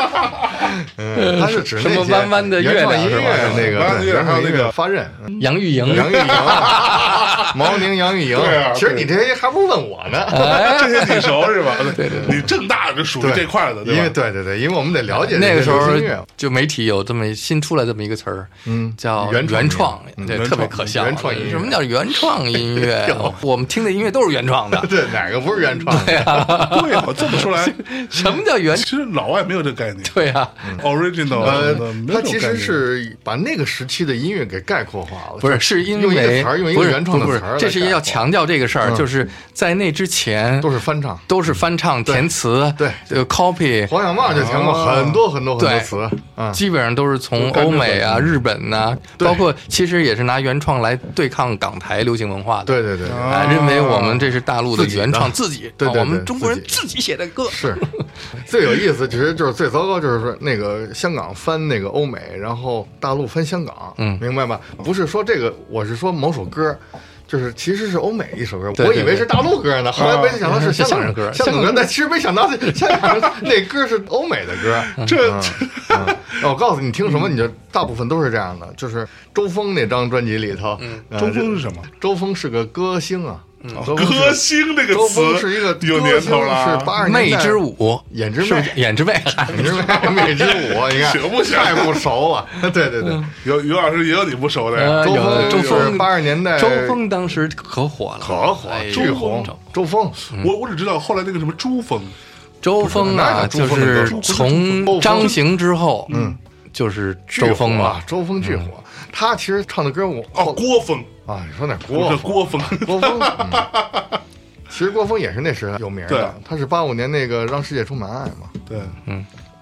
Speaker 2: 嗯，他是指那些
Speaker 1: 什么弯弯的月亮
Speaker 2: 原创音
Speaker 1: 是吧
Speaker 2: 乐那个
Speaker 3: 弯弯的月亮还有那
Speaker 2: 原创音
Speaker 3: 个
Speaker 2: 乐发轫，
Speaker 1: 杨钰莹，
Speaker 2: 杨钰莹，毛宁、杨钰莹
Speaker 3: 对哦啊。
Speaker 2: 其实你这些还不如问我呢。
Speaker 3: 这
Speaker 1: 哎
Speaker 3: 些你熟是 吧？对对，你正大就属于这块儿的，
Speaker 2: 因为
Speaker 3: 对吧？
Speaker 2: 对对对，因为我们得了解
Speaker 1: 那个时候
Speaker 2: 这流行音乐
Speaker 1: 就媒体有这么新出来这么一个词儿，嗯，叫
Speaker 2: 原创
Speaker 1: 原创，
Speaker 2: 嗯
Speaker 1: 对，
Speaker 3: 原创
Speaker 1: 特别可笑。
Speaker 2: 原创音乐。
Speaker 1: 什么叫原创音乐？我们听的音乐都是原创的
Speaker 2: 对哪个不是原创？的？
Speaker 3: 对啊，这么 说来，
Speaker 1: 什么叫原
Speaker 3: 其？实老外没有这概念
Speaker 1: 对啊，
Speaker 3: ，original
Speaker 2: 呃
Speaker 3: 什么的，没
Speaker 2: 他
Speaker 3: 有这种
Speaker 2: 其
Speaker 3: 概
Speaker 2: 实
Speaker 3: 念
Speaker 2: 是把那个时期的音乐给概括化了，
Speaker 1: 不是，是因
Speaker 2: 用一个
Speaker 1: 为
Speaker 2: 词儿用一个
Speaker 1: 不是
Speaker 2: 原创的
Speaker 1: 不是
Speaker 2: 词儿来
Speaker 1: 这是
Speaker 2: 概
Speaker 1: 要
Speaker 2: 括嗯
Speaker 1: 强调这个事儿，就是在那之前
Speaker 2: 都是翻唱。
Speaker 1: 都是翻唱填词，
Speaker 2: 对
Speaker 1: 呃，copy，
Speaker 2: 黄小茂就填过
Speaker 3: 哦
Speaker 2: 很多很多很多
Speaker 1: 对
Speaker 2: 词，啊，
Speaker 1: 基本上都是从欧美啊、日本呐、
Speaker 2: 嗯对
Speaker 1: 包括其实也是拿原创来对抗港台流行文化的。
Speaker 2: 对对对，
Speaker 1: 啊，认为我们这是大陆的
Speaker 2: 自己的
Speaker 1: 原创，自己
Speaker 2: 对对
Speaker 1: 啊
Speaker 2: 对
Speaker 1: 我们中国人
Speaker 2: 自己
Speaker 1: 自己写的 歌。
Speaker 2: 是最有意思，其实就是最糟糕，就是说那个香港翻那个欧美，然后大陆翻香港，
Speaker 1: 嗯
Speaker 2: 明白吧？不是说这个，我是说某首歌。就是其实是欧美一首歌，
Speaker 1: 对对
Speaker 2: 我以为是大陆歌呢，后来没想到是香港人歌，
Speaker 1: 香
Speaker 2: 香
Speaker 1: 港
Speaker 2: 港
Speaker 1: 歌
Speaker 2: 歌，但其实没想到是香港人那歌是欧美的歌。这， 嗯我告诉你，听什么你就大部分都是这样的，就是周峰那张专辑里头，呃
Speaker 3: 周峰是什么？
Speaker 2: 周峰是个歌星啊，周峰是
Speaker 3: 哦歌星这个
Speaker 2: 周峰
Speaker 3: 词
Speaker 2: 是一个
Speaker 3: 有年头了，啊
Speaker 2: 是八二
Speaker 1: 媚
Speaker 2: 年代
Speaker 1: 之舞，
Speaker 2: 眼之
Speaker 1: 是不
Speaker 2: 媚
Speaker 1: 是，眼之媚，
Speaker 2: 你知道 吗？美之舞，你看
Speaker 3: 行不行
Speaker 2: 太不熟了。 对对对，
Speaker 3: 有有老师也有你不熟的呀
Speaker 1: 呃，
Speaker 2: 周
Speaker 1: 有
Speaker 2: 峰
Speaker 1: 周
Speaker 2: 就是
Speaker 1: 峰
Speaker 2: 80年代
Speaker 1: 周峰当时可火了，
Speaker 2: 可火
Speaker 1: 哎，呦
Speaker 2: 巨红。周峰，
Speaker 3: 我我只知道后来那个什么朱峰，
Speaker 1: 周峰啊，
Speaker 2: 不是
Speaker 1: 就
Speaker 2: 那叫周峰的
Speaker 1: 是
Speaker 2: 歌
Speaker 1: 从张行之后，嗯，就是
Speaker 2: 巨
Speaker 1: 周峰
Speaker 2: 火
Speaker 1: 嘛
Speaker 2: 啊，，周峰巨火。他其实唱的歌我
Speaker 3: 哦，郭峰，
Speaker 2: 啊，你说哪
Speaker 3: 我
Speaker 2: 郭
Speaker 3: 是郭峰，
Speaker 2: 郭峰？嗯 其实郭峰也是那时候有名
Speaker 3: 对
Speaker 2: 的，他是八五年那个《让世界充满爱》嘛，
Speaker 3: 对，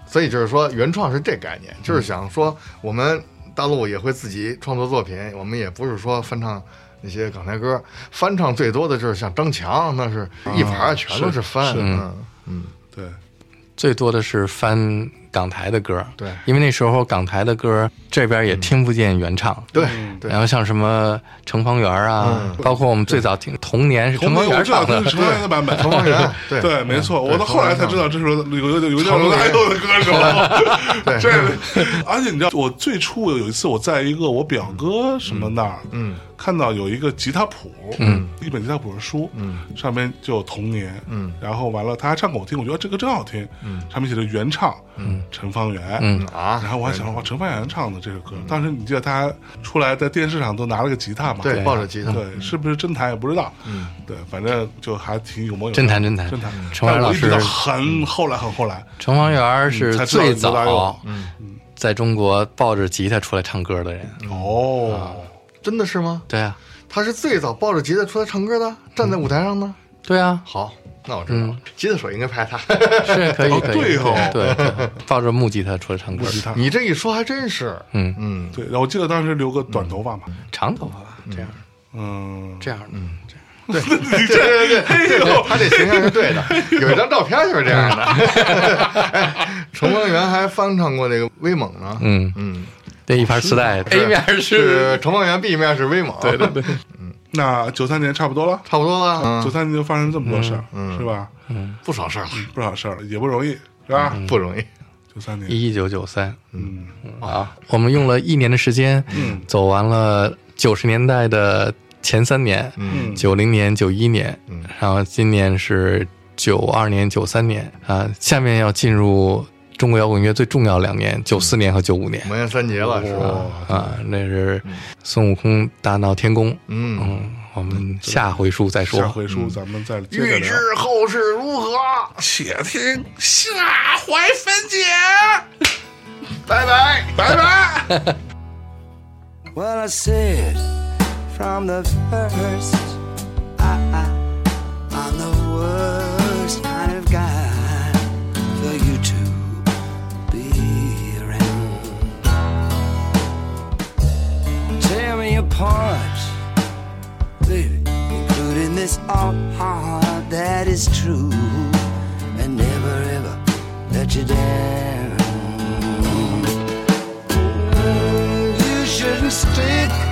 Speaker 2: 所以就是说原创是这概念，就是想说我们大陆也会自己创作作品，我们也不是说翻唱那些港台歌，翻唱最多的就是像张强，那是一盘儿全都是翻，嗯，
Speaker 3: 对，
Speaker 1: 最多的是翻港台的歌，
Speaker 2: 对
Speaker 1: 因为那时候港台的歌这边也听不见原
Speaker 3: 嗯
Speaker 1: 唱，
Speaker 2: 对对
Speaker 1: 然。后像什么程方圆啊，包括我们最早听《童年》是程
Speaker 3: 同
Speaker 1: 方
Speaker 3: 名我
Speaker 1: 圆
Speaker 3: 知道
Speaker 1: 唱
Speaker 3: 这
Speaker 1: 的嗯
Speaker 3: 是，程方圆的版本，
Speaker 2: 程方 圆对
Speaker 3: 对，没错，我到后来才知道这是有有有有叫罗大佑的歌手， 这，而且你知道，我最初有一次我在一个我表哥什么那儿，嗯，看到有一个吉他谱，嗯，一本吉他谱的书，嗯，上面就有童年，嗯，然后完了他还唱给我听，我觉得这个真好听，嗯，上面写着原唱，嗯，陈方圆，嗯
Speaker 2: 啊
Speaker 3: 然后我还想哇，陈方圆唱的这个歌，当时你记得他出来在电视上都拿了个吉他嘛，
Speaker 2: 对，抱着吉他，
Speaker 3: 对，是不是真弹也不知道。嗯，对，反正就还挺有模有样
Speaker 1: 真弹真弹
Speaker 3: 真弹。
Speaker 1: 陈怀
Speaker 3: 但
Speaker 1: 老
Speaker 3: 我一直
Speaker 1: 师
Speaker 3: 到很后来很后来，
Speaker 1: 程方圆是
Speaker 3: 才知道
Speaker 1: 最
Speaker 3: 罗大嗯佑
Speaker 1: 早在中国抱着吉他出来唱歌的人，
Speaker 2: 嗯啊
Speaker 3: 哦，
Speaker 2: 真的是吗？
Speaker 1: 对啊，
Speaker 2: 他是最早抱着吉他出来唱歌的，站在舞台上呢。
Speaker 1: 对啊，
Speaker 2: 好，那我知道了，吉他手应该拍他。
Speaker 1: 是可以
Speaker 3: 哦
Speaker 1: 可以，
Speaker 3: 对哦
Speaker 1: 对，对抱着木吉他出来唱歌
Speaker 3: 吉，他。
Speaker 2: 你这一说还真是，
Speaker 1: 嗯
Speaker 2: 嗯，
Speaker 3: 对，然后我记得当时留个短头发嘛，
Speaker 1: 长头发吧，这样
Speaker 3: 嗯，
Speaker 1: 这样的，这样
Speaker 2: 对对对对对，他这形象是对的。有一张照片就是这样的。 哎程方圆还翻唱过那个威猛呢，
Speaker 1: 嗯
Speaker 2: 嗯
Speaker 1: 这哎一盘磁带，A 面
Speaker 2: 是
Speaker 1: 是
Speaker 2: 程方圆，B 面是威猛，对对对，
Speaker 3: 那九三年差不多了，
Speaker 2: 差不多了，
Speaker 3: 九
Speaker 2: 嗯
Speaker 3: 三年就发生这么多事儿，是吧？
Speaker 2: 不少事儿了，
Speaker 3: 不少事儿了，也不容易，是吧？
Speaker 2: 不容易。
Speaker 3: 九三年，
Speaker 1: 一九九三
Speaker 3: 嗯，
Speaker 1: 啊，我们用了一年的时间，走完了九十年代的前三年，
Speaker 2: 嗯
Speaker 1: 九零年、九一年，然后今年是九二年、九三年啊，下面要进入中国摇滚乐最重要两年，九四年和九五年
Speaker 2: 魔岩三杰了是吧？
Speaker 1: 啊，那是孙悟空大闹天宫，
Speaker 2: 嗯，
Speaker 1: 嗯，我们下回书再
Speaker 3: 下
Speaker 1: 说。
Speaker 3: 回书咱们再接着
Speaker 2: 预
Speaker 3: 聊，
Speaker 2: 知后事如何，
Speaker 3: 且听下回分解，
Speaker 2: 拜拜。
Speaker 3: 拜拜。
Speaker 5: Well, I said from the first, I, I, I'm the worst kind of guy for you two. is true and never ever let you down. You shouldn't stick